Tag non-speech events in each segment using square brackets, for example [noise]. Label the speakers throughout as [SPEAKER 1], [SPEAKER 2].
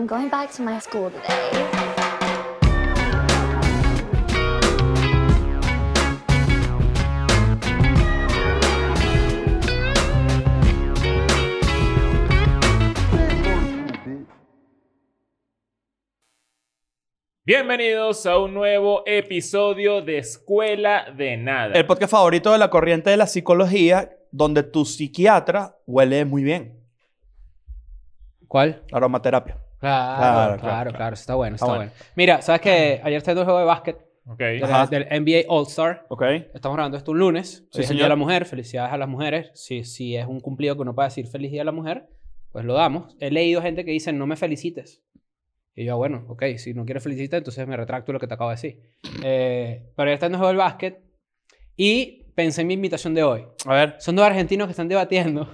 [SPEAKER 1] I'm going back to my school today.
[SPEAKER 2] Bienvenidos a un nuevo episodio de Escuela de Nada.
[SPEAKER 3] El podcast favorito de la corriente de la psicología, donde tu psiquiatra huele muy bien.
[SPEAKER 4] ¿Cuál?
[SPEAKER 3] Aromaterapia.
[SPEAKER 4] Claro,
[SPEAKER 3] Claro,
[SPEAKER 4] claro,
[SPEAKER 3] claro,
[SPEAKER 4] claro,
[SPEAKER 3] claro.
[SPEAKER 4] Está bueno, está
[SPEAKER 3] Ah, bueno.
[SPEAKER 4] bueno. Mira, ¿sabes que Ayer se dio el juego de básquet
[SPEAKER 2] Ok.
[SPEAKER 4] de-
[SPEAKER 3] Ajá.
[SPEAKER 4] del NBA All-Star.
[SPEAKER 3] ¿Ok?
[SPEAKER 4] Estamos grabando esto un lunes. Hoy
[SPEAKER 3] Sí,
[SPEAKER 4] es el Día de
[SPEAKER 3] señor.
[SPEAKER 4] la Mujer. Felicidades a las mujeres. Si, si es un cumplido que uno pueda decir feliz Día de la Mujer, pues lo damos. He leído gente que dice no me felicites. Y yo, bueno, ok, si no quieres felicitar, entonces me retracto lo que te acabo de decir. Eh, pero ayer está en el juego del básquet y pensé en mi invitación de hoy.
[SPEAKER 3] A ver.
[SPEAKER 4] Son dos argentinos que están debatiendo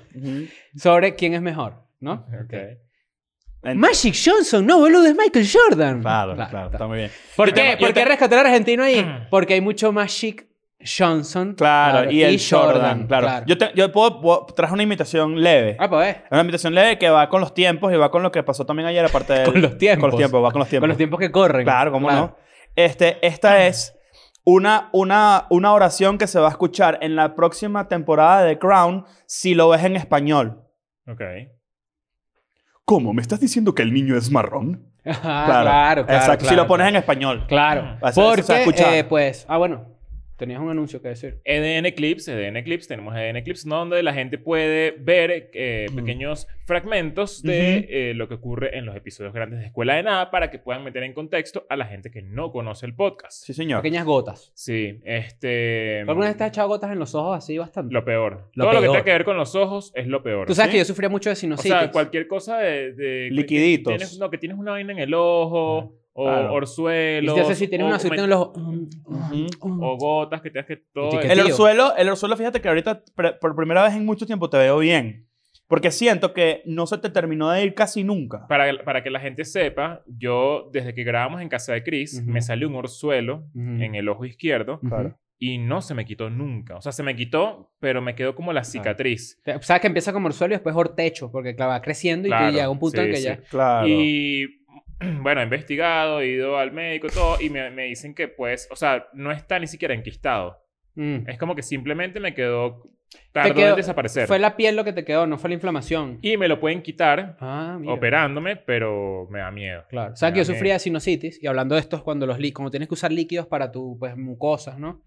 [SPEAKER 4] sobre quién es mejor, ¿no?
[SPEAKER 2] ok.
[SPEAKER 3] En-
[SPEAKER 4] Magic Johnson, no, boludo, es Michael Jordan.
[SPEAKER 3] Claro, claro, está muy bien.
[SPEAKER 4] ¿Por
[SPEAKER 3] Yo
[SPEAKER 4] qué?
[SPEAKER 3] tengo- yo
[SPEAKER 4] ¿Por qué
[SPEAKER 3] te- Mm.
[SPEAKER 4] rescatar al argentino ahí? Porque hay mucho Magic Johnson.
[SPEAKER 3] Claro, y el Jordan, claro. Yo, te- yo puedo, puedo- traje una imitación leve.
[SPEAKER 4] Ah, pues
[SPEAKER 3] Una imitación leve que va con los tiempos y va con lo que pasó también ayer, aparte de...
[SPEAKER 4] Con los tiempos.
[SPEAKER 3] Con los tiempos, va con los
[SPEAKER 4] ves,
[SPEAKER 3] tiempos.
[SPEAKER 4] Con los tiempos que corren.
[SPEAKER 3] Claro, cómo no. Este, esta es una, una, una oración que se va a escuchar en la próxima temporada de Crown si lo ves en español.
[SPEAKER 2] Ok.
[SPEAKER 3] ¿Cómo? ¿Me estás diciendo que el niño es marrón?
[SPEAKER 4] [laughs] Ah, claro, claro,
[SPEAKER 3] Exacto. si
[SPEAKER 4] claro,
[SPEAKER 3] lo pones en español.
[SPEAKER 4] Claro.
[SPEAKER 3] Va a ser-
[SPEAKER 4] Porque,
[SPEAKER 3] se va a escuchar.
[SPEAKER 4] eh, pues... Ah, bueno. Tenías un anuncio que decir.
[SPEAKER 2] EDN E Clips, EDN Clips, tenemos EDN Clips, ¿no? donde la gente puede ver eh,
[SPEAKER 4] Mm.
[SPEAKER 2] pequeños fragmentos de eh, lo que ocurre en los episodios grandes de Escuela de Nada para que puedan meter en contexto a la gente que no conoce el podcast.
[SPEAKER 3] Sí, señor.
[SPEAKER 4] Pequeñas gotas.
[SPEAKER 2] Sí, este...
[SPEAKER 4] ¿Alguna vez te has echado gotas en los ojos así bastante?
[SPEAKER 2] Lo peor.
[SPEAKER 4] Lo
[SPEAKER 2] Todo lo que
[SPEAKER 4] peor.
[SPEAKER 2] tenga que ver con los ojos es lo peor.
[SPEAKER 4] Tú sabes
[SPEAKER 3] ¿sí?
[SPEAKER 4] que yo sufría mucho de
[SPEAKER 2] O
[SPEAKER 4] sinusitis.
[SPEAKER 2] sea, cualquier cosa de... de-
[SPEAKER 3] Liquiditos. Ah,
[SPEAKER 2] que tienes- no, que tienes una vaina en el ojo, o
[SPEAKER 3] Claro.
[SPEAKER 4] Y
[SPEAKER 2] orzuelos.
[SPEAKER 4] te hace si tienes
[SPEAKER 2] o
[SPEAKER 4] una suerte
[SPEAKER 2] me-
[SPEAKER 4] en los ojos.
[SPEAKER 2] O gotas que tengas que... Todo
[SPEAKER 4] Etiqueta.
[SPEAKER 3] El
[SPEAKER 4] Tío.
[SPEAKER 3] orzuelo, el orzuelo, fíjate que ahorita pre- por primera vez en mucho tiempo te veo bien. Porque siento que no se te terminó de ir casi nunca.
[SPEAKER 2] Para, para que la gente sepa, yo desde que grabamos en casa de Chris,
[SPEAKER 4] Ujú.
[SPEAKER 2] me salió un orzuelo
[SPEAKER 4] Ujú.
[SPEAKER 2] en el ojo izquierdo
[SPEAKER 3] Claro.
[SPEAKER 2] y no se me quitó nunca. O sea, se me quitó, pero me quedó como la
[SPEAKER 3] Ah,
[SPEAKER 2] cicatriz.
[SPEAKER 4] Te- Sabes que empieza como orzuelo y después ortecho, porque claro, va creciendo y tú
[SPEAKER 2] Claro,
[SPEAKER 4] llega un punto en
[SPEAKER 2] sí,
[SPEAKER 4] que
[SPEAKER 2] sí.
[SPEAKER 4] ya.
[SPEAKER 3] Claro.
[SPEAKER 2] Y [clears throat] bueno, he investigado, he ido al médico, todo, y me, me dicen que pues, o sea, no está ni siquiera enquistado.
[SPEAKER 4] Mm.
[SPEAKER 2] Es como que simplemente me quedó, tardó
[SPEAKER 4] quedó-
[SPEAKER 2] en desaparecer.
[SPEAKER 4] Fue la piel lo que te quedó, no fue la inflamación.
[SPEAKER 2] Y me lo pueden quitar
[SPEAKER 4] Ah, mira.
[SPEAKER 2] operándome, pero me da miedo.
[SPEAKER 4] Claro. Sabes
[SPEAKER 2] Me
[SPEAKER 4] que yo
[SPEAKER 2] da miedo.
[SPEAKER 4] sufría de sinusitis, y hablando de esto es cuando, los, li- cuando tienes que usar líquidos para tu pues, mucosas, ¿no?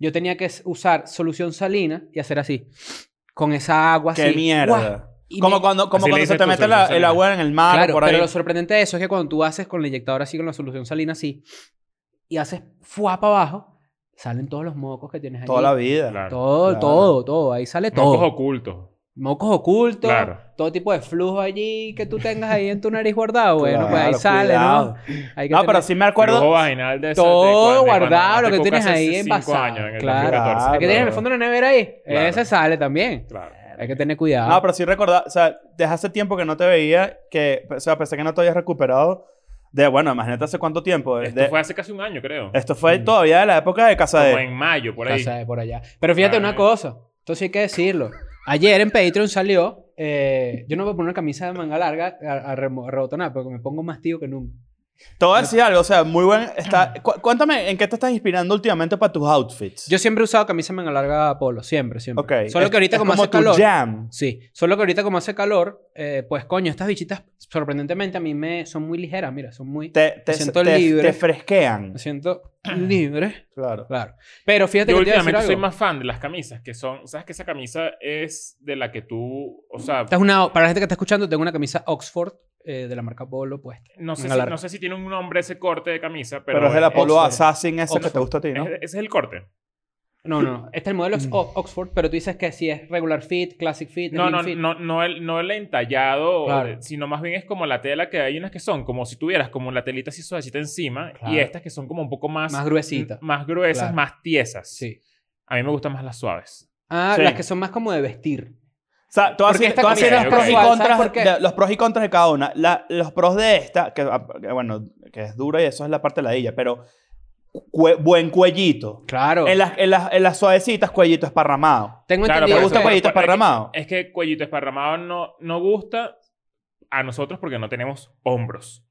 [SPEAKER 4] Yo tenía que s- usar solución salina y hacer así, con esa agua
[SPEAKER 3] ¡Qué
[SPEAKER 4] así. ¡guau!
[SPEAKER 3] mierda!
[SPEAKER 4] Y
[SPEAKER 3] Como
[SPEAKER 4] me-
[SPEAKER 3] cuando, como
[SPEAKER 2] Así le
[SPEAKER 3] cuando se
[SPEAKER 2] dices
[SPEAKER 3] te
[SPEAKER 2] tú,
[SPEAKER 3] mete
[SPEAKER 2] solución
[SPEAKER 3] la- el
[SPEAKER 2] salina.
[SPEAKER 3] agua en el mar
[SPEAKER 4] Claro,
[SPEAKER 3] o por ahí.
[SPEAKER 4] pero lo sorprendente de eso es que cuando tú haces con el inyectador así, con la solución salina así, y haces fuá para abajo, salen todos los mocos que tienes ahí.
[SPEAKER 3] Toda la vida.
[SPEAKER 2] Claro.
[SPEAKER 4] Todo,
[SPEAKER 3] Claro.
[SPEAKER 4] todo, todo. Ahí sale todo.
[SPEAKER 2] Mocos ocultos.
[SPEAKER 4] Mocos ocultos,
[SPEAKER 2] Claro.
[SPEAKER 4] todo tipo de flujo allí que tú tengas ahí en tu nariz guardado. Bueno, pues ahí
[SPEAKER 3] Claro,
[SPEAKER 4] sale,
[SPEAKER 3] cuidado.
[SPEAKER 4] ¿no? Hay que
[SPEAKER 3] No, pero
[SPEAKER 4] tener-
[SPEAKER 3] sí me
[SPEAKER 2] Flujo
[SPEAKER 3] acuerdo.
[SPEAKER 2] vaginal de esa- de
[SPEAKER 4] Todo
[SPEAKER 2] cuando- de cuando
[SPEAKER 4] guardado,
[SPEAKER 2] Mate
[SPEAKER 4] lo que
[SPEAKER 2] Coca
[SPEAKER 4] tienes
[SPEAKER 2] hace
[SPEAKER 4] ahí
[SPEAKER 2] cinco
[SPEAKER 4] envasado.
[SPEAKER 2] años, en el
[SPEAKER 4] Claro.
[SPEAKER 2] 2014.
[SPEAKER 4] Hay que tener en
[SPEAKER 3] Claro.
[SPEAKER 4] el fondo de la nevera ahí.
[SPEAKER 2] Claro.
[SPEAKER 4] Ese sale también.
[SPEAKER 2] Claro.
[SPEAKER 4] Hay que tener cuidado.
[SPEAKER 3] No, pero sí recordaba, o sea, desde hace tiempo que no te veía, que, o sea, pensé que no te habías recuperado de, bueno, imagínate hace cuánto tiempo.
[SPEAKER 4] Pues
[SPEAKER 2] Esto
[SPEAKER 3] de- de-
[SPEAKER 2] fue hace casi un año, creo.
[SPEAKER 3] esto fue todavía de la época de Casa
[SPEAKER 2] Como
[SPEAKER 3] de...
[SPEAKER 2] en mayo, por ahí.
[SPEAKER 4] Casa de por allá. Pero fíjate
[SPEAKER 2] Claro.
[SPEAKER 4] una cosa. Esto sí hay que decirlo. Ayer en Patreon salió... eh, yo no me voy a poner una camisa de manga larga a, a remo- a rebotonar porque me pongo más tío que nunca.
[SPEAKER 3] Te voy a decir algo, o sea, muy buen...
[SPEAKER 4] [clears throat]
[SPEAKER 3] Está, cu- cuéntame, ¿en qué te estás inspirando últimamente para tus outfits?
[SPEAKER 4] Yo siempre he usado camisa de manga larga polo. Siempre, siempre.
[SPEAKER 3] Ok.
[SPEAKER 4] Solo
[SPEAKER 3] es-
[SPEAKER 4] que ahorita
[SPEAKER 3] es
[SPEAKER 4] como, hace
[SPEAKER 3] tu
[SPEAKER 4] calor...
[SPEAKER 3] jam.
[SPEAKER 4] Sí, solo que ahorita como hace calor, eh, pues coño, estas bichitas sorprendentemente a mí me son muy ligeras, mira, son muy...
[SPEAKER 3] Te, te,
[SPEAKER 4] Me siento
[SPEAKER 3] te-
[SPEAKER 4] libre.
[SPEAKER 3] te fresquean.
[SPEAKER 2] [clears throat]
[SPEAKER 4] Me siento libre.
[SPEAKER 3] Claro.
[SPEAKER 4] Claro. Pero fíjate
[SPEAKER 2] Yo
[SPEAKER 4] que te iba a decir
[SPEAKER 2] últimamente soy
[SPEAKER 4] algo.
[SPEAKER 2] más fan de las camisas que son... ¿Sabes que esa camisa es de la que tú... O sea,
[SPEAKER 4] Esta es una, para la gente que está escuchando, tengo una camisa Oxford eh, de la marca Polo puesta.
[SPEAKER 2] no sé,
[SPEAKER 4] manga
[SPEAKER 2] si,
[SPEAKER 4] larga.
[SPEAKER 2] no sé si tiene un nombre ese corte de camisa,
[SPEAKER 3] Pero,
[SPEAKER 2] pero...
[SPEAKER 3] es el Apollo
[SPEAKER 4] Oxford.
[SPEAKER 3] Assassin ese que te
[SPEAKER 4] Oxford.
[SPEAKER 3] gusta a ti,
[SPEAKER 2] es-
[SPEAKER 3] ¿no?
[SPEAKER 2] Ese es el corte. [clears throat]
[SPEAKER 4] No, no, no. Este el modelo es O- Oxford, pero tú dices que si es regular fit, classic fit,
[SPEAKER 2] Mm. No,
[SPEAKER 4] slim
[SPEAKER 2] no, no,
[SPEAKER 4] fit.
[SPEAKER 2] no, el, no el entallado,
[SPEAKER 4] Claro.
[SPEAKER 2] o- sino más bien es como la tela que hay unas que son como si tuvieras como la telita así suavecita encima
[SPEAKER 4] Claro.
[SPEAKER 2] y estas que son como un poco más...
[SPEAKER 4] Más gruesita.
[SPEAKER 2] Más gruesas,
[SPEAKER 4] Claro.
[SPEAKER 2] más tiesas.
[SPEAKER 4] Sí.
[SPEAKER 2] A mí me gustan más las suaves.
[SPEAKER 4] Ah,
[SPEAKER 3] Sí.
[SPEAKER 4] las que son más como de vestir.
[SPEAKER 3] O sea, tú vas a
[SPEAKER 4] Porque
[SPEAKER 3] decir-
[SPEAKER 4] esta
[SPEAKER 3] tú vas a decir
[SPEAKER 2] comida
[SPEAKER 3] los pros
[SPEAKER 2] es
[SPEAKER 3] y
[SPEAKER 4] igual, ¿sabes
[SPEAKER 3] contras
[SPEAKER 4] por qué?
[SPEAKER 3] de- los pros y contras de cada una. La- los pros de esta, que, ah, que, bueno, que es dura y eso es la parte de la ella, pero cue- buen cuellito.
[SPEAKER 4] Claro.
[SPEAKER 3] En las, en, las, en las suavecitas, cuellito esparramado.
[SPEAKER 4] Tengo
[SPEAKER 2] Claro,
[SPEAKER 3] ¿Te
[SPEAKER 4] entendido
[SPEAKER 2] Pero
[SPEAKER 3] gusta
[SPEAKER 2] eso-
[SPEAKER 4] que-
[SPEAKER 3] cuellito
[SPEAKER 2] pero-
[SPEAKER 3] esparramado?
[SPEAKER 2] Es que cuellito esparramado no, no gusta a nosotros porque no tenemos hombros.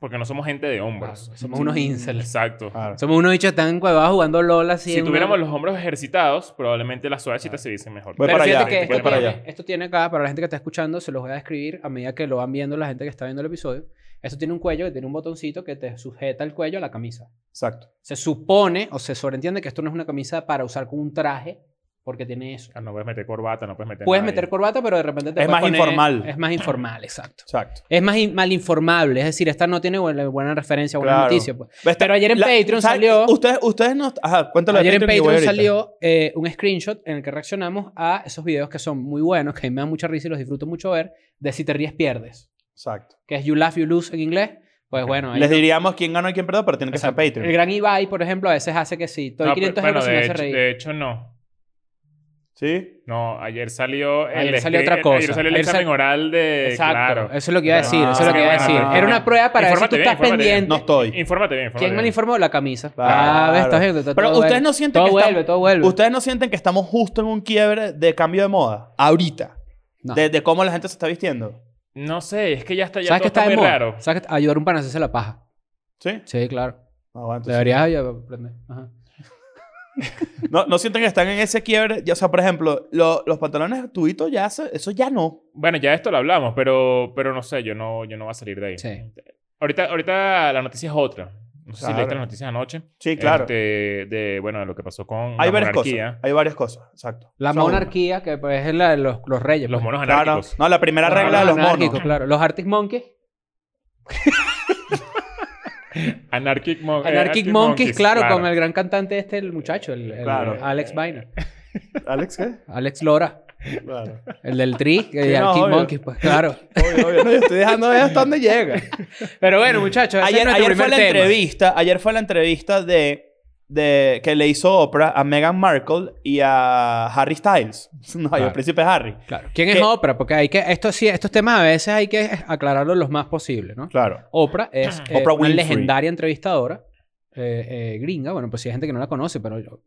[SPEAKER 2] Porque no somos gente de hombros.
[SPEAKER 4] Claro, Ah, somos unos incels.
[SPEAKER 2] [laughs] Exacto.
[SPEAKER 3] Claro.
[SPEAKER 4] Somos unos bichos tan huevados jugando LOL así.
[SPEAKER 2] Si
[SPEAKER 4] en
[SPEAKER 2] tuviéramos
[SPEAKER 4] una-
[SPEAKER 2] los hombros ejercitados, probablemente las suavecitas se dicen mejor.
[SPEAKER 3] Voy
[SPEAKER 4] Pero
[SPEAKER 3] para
[SPEAKER 4] fíjate
[SPEAKER 3] allá,
[SPEAKER 4] que
[SPEAKER 3] voy
[SPEAKER 4] esto,
[SPEAKER 3] para
[SPEAKER 4] tiene,
[SPEAKER 3] allá.
[SPEAKER 4] esto tiene acá, para la gente que está escuchando, se los voy a describir a medida que lo van viendo la gente que está viendo el episodio. Esto tiene un cuello que tiene un botoncito que te sujeta el cuello a la camisa.
[SPEAKER 3] Exacto.
[SPEAKER 4] Se supone o se sobreentiende que esto no es una camisa para usar con un traje porque tiene eso.
[SPEAKER 2] Ah, no puedes meter corbata, no puedes meter
[SPEAKER 4] Puedes
[SPEAKER 2] nada
[SPEAKER 4] meter
[SPEAKER 2] ahí.
[SPEAKER 4] corbata, pero de repente te
[SPEAKER 3] Es
[SPEAKER 4] puedes
[SPEAKER 3] más
[SPEAKER 4] poner-
[SPEAKER 3] informal.
[SPEAKER 4] Es más informal, exacto.
[SPEAKER 3] Exacto.
[SPEAKER 4] Es más in- mal informable, es decir, esta no tiene buena, buena referencia, buena
[SPEAKER 3] Claro.
[SPEAKER 4] noticia. Pues.
[SPEAKER 3] Este-
[SPEAKER 4] Pero ayer en
[SPEAKER 3] ¿sabes?
[SPEAKER 4] Patreon salió-
[SPEAKER 3] Ustedes, ustedes no. Ajá, cuéntalo. de
[SPEAKER 4] Ayer en
[SPEAKER 3] y voy
[SPEAKER 4] Patreon
[SPEAKER 3] ahorita.
[SPEAKER 4] salió eh, un screenshot en el que reaccionamos a esos videos que son muy buenos, que a mí me dan mucha risa y los disfruto mucho ver, de Si te ríes, pierdes,
[SPEAKER 3] Exacto.
[SPEAKER 4] que es You Laugh, You Lose en inglés. Pues bueno, ahí
[SPEAKER 3] Les
[SPEAKER 4] no-
[SPEAKER 3] diríamos quién ganó y quién perdió, pero tiene que
[SPEAKER 4] Exacto.
[SPEAKER 3] ser
[SPEAKER 4] el
[SPEAKER 3] Patreon.
[SPEAKER 4] gran Ibai, por ejemplo, a veces hace que sí, todo
[SPEAKER 2] No,
[SPEAKER 4] 500
[SPEAKER 2] pero-
[SPEAKER 4] euros y
[SPEAKER 2] bueno,
[SPEAKER 4] me
[SPEAKER 2] de
[SPEAKER 4] hace
[SPEAKER 2] hecho-
[SPEAKER 4] reír.
[SPEAKER 2] De hecho, no.
[SPEAKER 3] ¿Sí?
[SPEAKER 2] No, ayer salió el
[SPEAKER 4] Ayer salió
[SPEAKER 2] escri-
[SPEAKER 4] otra
[SPEAKER 2] el-
[SPEAKER 4] cosa.
[SPEAKER 2] Ayer salió el
[SPEAKER 4] Ayer
[SPEAKER 2] examen
[SPEAKER 4] sal-
[SPEAKER 2] oral de
[SPEAKER 4] Exacto,
[SPEAKER 2] claro.
[SPEAKER 4] eso es lo que iba a decir, eso es lo que iba a
[SPEAKER 3] Ah,
[SPEAKER 4] decir. Era una prueba para ver si
[SPEAKER 2] Infórmate
[SPEAKER 4] tú
[SPEAKER 2] bien,
[SPEAKER 4] estás
[SPEAKER 2] infórmate bien.
[SPEAKER 4] pendiente.
[SPEAKER 3] No estoy.
[SPEAKER 2] Infórmate bien, infórmate
[SPEAKER 4] ¿Quién me
[SPEAKER 2] bien.
[SPEAKER 4] lo informó? La camisa. Ah,
[SPEAKER 3] Claro.
[SPEAKER 4] ves, estás viendo. todo-
[SPEAKER 3] Pero
[SPEAKER 4] todo
[SPEAKER 3] ustedes
[SPEAKER 4] vuelve.
[SPEAKER 3] no sienten
[SPEAKER 4] Todo
[SPEAKER 3] que
[SPEAKER 4] vuelve,
[SPEAKER 3] estamos-
[SPEAKER 4] todo vuelve.
[SPEAKER 3] Ustedes no sienten que estamos justo en un quiebre de cambio de moda. Ahorita.
[SPEAKER 4] No.
[SPEAKER 3] De, de cómo la gente se está vistiendo.
[SPEAKER 2] No sé, es que ya está, ya
[SPEAKER 4] ¿Sabes
[SPEAKER 2] todo
[SPEAKER 4] que está
[SPEAKER 2] muy
[SPEAKER 4] de moda?
[SPEAKER 2] raro.
[SPEAKER 4] ¿Sabes que ayudar a un pan a hacerse la paja?
[SPEAKER 3] ¿Sí?
[SPEAKER 4] Sí, claro.
[SPEAKER 3] Ah, bueno, entonces-
[SPEAKER 4] Deberías aprender. Ajá.
[SPEAKER 3] No, no sienten que están en ese quiebre. Ya, O sea, por ejemplo, lo- los pantalones tubitos ya, se- eso ya no.
[SPEAKER 2] Bueno, ya esto lo hablamos, pero, pero no sé, yo no, yo no voy a salir de ahí.
[SPEAKER 4] Sí.
[SPEAKER 2] Ahorita, ahorita la noticia es otra. No sé si
[SPEAKER 3] Claro.
[SPEAKER 2] leíste las noticias anoche.
[SPEAKER 3] Sí, claro.
[SPEAKER 2] Este, de, bueno, de lo que pasó con
[SPEAKER 3] Hay
[SPEAKER 2] la
[SPEAKER 3] varias
[SPEAKER 2] monarquía.
[SPEAKER 3] cosas. Hay varias cosas. Exacto.
[SPEAKER 4] La
[SPEAKER 3] Son-
[SPEAKER 4] monarquía, que pues, es la de los, los reyes.
[SPEAKER 2] Los
[SPEAKER 4] pues.
[SPEAKER 2] monos
[SPEAKER 3] Claro.
[SPEAKER 2] anárquicos.
[SPEAKER 3] No, la primera
[SPEAKER 4] Los
[SPEAKER 3] regla de los monos.
[SPEAKER 4] anárquicos, Claro. Los Arctic Monkeys.
[SPEAKER 2] Anarchic, mon- eh,
[SPEAKER 4] Anarchic Monkeys, claro, con el
[SPEAKER 2] claro.
[SPEAKER 4] gran cantante este, el muchacho, el, el-
[SPEAKER 3] Claro.
[SPEAKER 4] Alex Biner.
[SPEAKER 3] ¿Alex qué?
[SPEAKER 4] Alex Lora,
[SPEAKER 3] Claro.
[SPEAKER 4] el del Tri, el
[SPEAKER 3] Sí, no,
[SPEAKER 4] Arctic
[SPEAKER 3] obvio.
[SPEAKER 4] Monkeys, pues claro.
[SPEAKER 3] Obvio, obvio. No, yo estoy dejando ver hasta
[SPEAKER 2] [laughs]
[SPEAKER 3] dónde llega.
[SPEAKER 4] Pero bueno, muchachos, ese es
[SPEAKER 3] ayer,
[SPEAKER 4] nuestro
[SPEAKER 3] ayer fue
[SPEAKER 4] primer
[SPEAKER 3] la
[SPEAKER 4] tema.
[SPEAKER 3] entrevista, ayer fue la entrevista de, de que le hizo Oprah a Meghan Markle y a Harry Styles. [laughs] No, y
[SPEAKER 2] Claro.
[SPEAKER 3] al príncipe Harry.
[SPEAKER 4] Claro. ¿Quién es
[SPEAKER 3] Que-
[SPEAKER 4] Oprah? Porque hay que, esto, sí, estos temas a veces hay que aclararlos lo más posible, ¿no?
[SPEAKER 3] Claro.
[SPEAKER 4] Oprah
[SPEAKER 3] [clears throat]
[SPEAKER 4] es eh,
[SPEAKER 3] Oprah
[SPEAKER 4] una
[SPEAKER 3] Winfrey.
[SPEAKER 4] legendaria entrevistadora eh, eh, gringa. Bueno, pues sí hay gente que no la conoce, pero yo-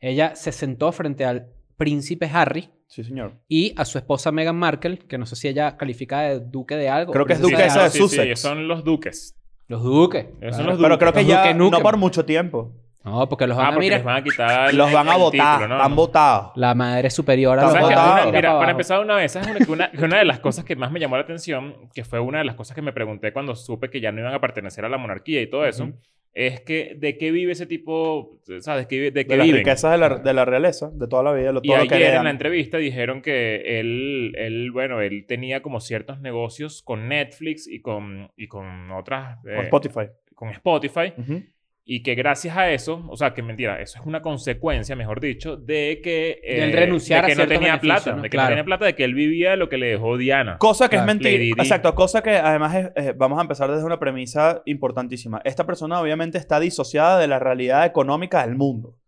[SPEAKER 4] ella se sentó frente al príncipe Harry
[SPEAKER 3] Sí, señor.
[SPEAKER 4] y a su esposa Meghan Markle, que no sé si ella califica de duque de algo.
[SPEAKER 3] Creo que es
[SPEAKER 4] princesa
[SPEAKER 3] duquesa
[SPEAKER 4] de
[SPEAKER 3] de
[SPEAKER 4] algo.
[SPEAKER 2] sí, sí,
[SPEAKER 3] Sussex.
[SPEAKER 2] ellos son los duques.
[SPEAKER 4] Los duques.
[SPEAKER 2] Ellos son
[SPEAKER 4] claro.
[SPEAKER 2] los duques.
[SPEAKER 3] Pero creo que
[SPEAKER 4] Los
[SPEAKER 3] ya
[SPEAKER 4] Duque Nukem.
[SPEAKER 3] no por mucho tiempo.
[SPEAKER 4] No, porque los
[SPEAKER 2] Ah,
[SPEAKER 4] van a
[SPEAKER 2] porque les
[SPEAKER 4] mirar.
[SPEAKER 2] van a quitar.
[SPEAKER 3] Los van
[SPEAKER 2] el
[SPEAKER 3] a
[SPEAKER 2] título,
[SPEAKER 3] votar.
[SPEAKER 2] ¿no?
[SPEAKER 3] Están votados.
[SPEAKER 4] La madre superiora los
[SPEAKER 3] Están
[SPEAKER 2] ¿Sabes qué?
[SPEAKER 3] votados.
[SPEAKER 4] va
[SPEAKER 2] Una-
[SPEAKER 4] a tirar
[SPEAKER 3] Mira,
[SPEAKER 2] mira, para
[SPEAKER 4] abajo.
[SPEAKER 2] empezar una vez, ¿sabes? Una, que una, que una de las cosas que más me llamó la atención, que fue una de las cosas que me pregunté cuando supe que ya no iban a pertenecer a la monarquía y todo eso,
[SPEAKER 4] Ujú.
[SPEAKER 2] es que de qué vive ese tipo, ¿sabes? ¿De qué, vi- de qué
[SPEAKER 3] De las
[SPEAKER 2] viven?
[SPEAKER 3] riquezas de la, de la realeza, de toda la vida, lo,
[SPEAKER 2] Y
[SPEAKER 3] todo lo que
[SPEAKER 2] ayer en la
[SPEAKER 3] heredan.
[SPEAKER 2] entrevista dijeron que él, él, bueno, él tenía como ciertos negocios con Netflix y con, y con otras... eh,
[SPEAKER 3] Por Spotify.
[SPEAKER 2] Con Spotify.
[SPEAKER 3] Ujú.
[SPEAKER 2] Y que gracias a eso, o sea, que mentira, eso es una consecuencia, mejor dicho, de que... eh,
[SPEAKER 4] De él renunciar
[SPEAKER 2] de que
[SPEAKER 4] a
[SPEAKER 2] no
[SPEAKER 4] ciertos
[SPEAKER 2] tenía
[SPEAKER 4] beneficios,
[SPEAKER 2] plata,
[SPEAKER 4] ¿no?
[SPEAKER 2] de que
[SPEAKER 4] Claro.
[SPEAKER 2] no tenía plata, de que él vivía de lo que le dejó Diana.
[SPEAKER 3] Cosa que
[SPEAKER 4] Claro,
[SPEAKER 3] es mentira.
[SPEAKER 2] Lady Di.
[SPEAKER 3] Exacto, cosa que además es- es- vamos a empezar desde una premisa importantísima. Esta persona obviamente está disociada de la realidad económica del mundo.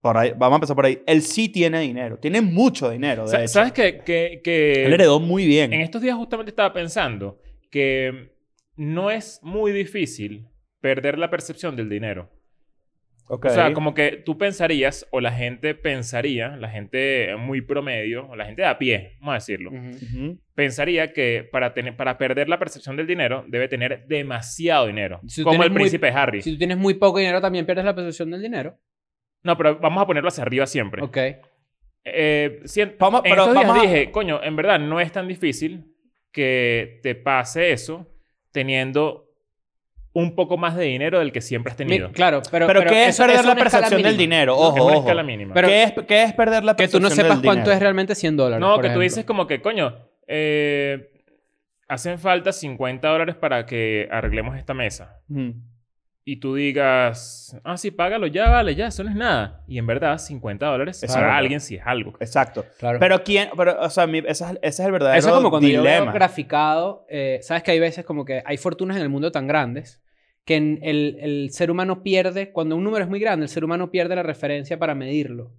[SPEAKER 3] Por ahí, vamos a empezar por ahí. Él sí tiene dinero, tiene mucho dinero. De
[SPEAKER 2] Sa-
[SPEAKER 3] hecho.
[SPEAKER 2] ¿Sabes qué? Que, que
[SPEAKER 3] Él heredó muy bien.
[SPEAKER 2] en estos días justamente estaba pensando que no es muy difícil perder la percepción del dinero.
[SPEAKER 3] Ok.
[SPEAKER 2] O sea, como que tú pensarías, o la gente pensaría, la gente muy promedio, o la gente de a pie, vamos a decirlo,
[SPEAKER 4] Ujú.
[SPEAKER 3] Ujú.
[SPEAKER 2] pensaría que para, tener, para perder la percepción del dinero debe tener demasiado dinero.
[SPEAKER 4] Si tú
[SPEAKER 2] como
[SPEAKER 4] tienes
[SPEAKER 2] el
[SPEAKER 4] muy-
[SPEAKER 2] príncipe Harry.
[SPEAKER 4] Si tú tienes muy poco dinero, también pierdes la percepción del dinero.
[SPEAKER 2] No, pero vamos a ponerlo hacia arriba siempre.
[SPEAKER 4] Ok.
[SPEAKER 2] Eh, si en-
[SPEAKER 3] Vamos-
[SPEAKER 2] en
[SPEAKER 3] pero
[SPEAKER 2] estos días
[SPEAKER 3] vamos a-
[SPEAKER 2] dije, coño, en verdad no es tan difícil que te pase eso teniendo un poco más de dinero del que siempre has tenido.
[SPEAKER 4] Mi- claro, pero.
[SPEAKER 3] Pero, ¿qué es
[SPEAKER 4] eso-
[SPEAKER 3] perder
[SPEAKER 4] eso
[SPEAKER 3] la
[SPEAKER 4] es una escala
[SPEAKER 3] percepción del
[SPEAKER 4] mínima.
[SPEAKER 3] dinero?
[SPEAKER 2] es
[SPEAKER 3] Ojo,
[SPEAKER 2] una
[SPEAKER 3] ojo.
[SPEAKER 2] escala mínima.
[SPEAKER 4] Pero-
[SPEAKER 3] ¿Qué, es, qué es perder la
[SPEAKER 4] Que tú
[SPEAKER 3] percepción
[SPEAKER 4] no
[SPEAKER 3] del
[SPEAKER 4] sepas cuánto
[SPEAKER 3] dinero?
[SPEAKER 4] es realmente 100 dólares.
[SPEAKER 2] no,
[SPEAKER 4] por
[SPEAKER 2] que tú
[SPEAKER 4] ejemplo.
[SPEAKER 2] dices como que, coño, eh, hacen falta 50 dólares para que arreglemos esta mesa.
[SPEAKER 3] Ujú.
[SPEAKER 2] Y tú digas, ah, sí, págalo, ya, vale, ya, eso no es nada. Y en verdad, 50 dólares
[SPEAKER 3] Exacto.
[SPEAKER 2] para alguien sí es algo.
[SPEAKER 3] Exacto.
[SPEAKER 4] Claro.
[SPEAKER 3] Pero quién, pero, o sea, mi- ese, es, ese es el verdadero
[SPEAKER 4] Eso es como cuando yo veo
[SPEAKER 3] dilema.
[SPEAKER 4] graficado, eh, sabes que hay veces como que hay fortunas en el mundo tan grandes que en- el, el ser humano pierde, cuando un número es muy grande, el ser humano pierde la referencia para medirlo.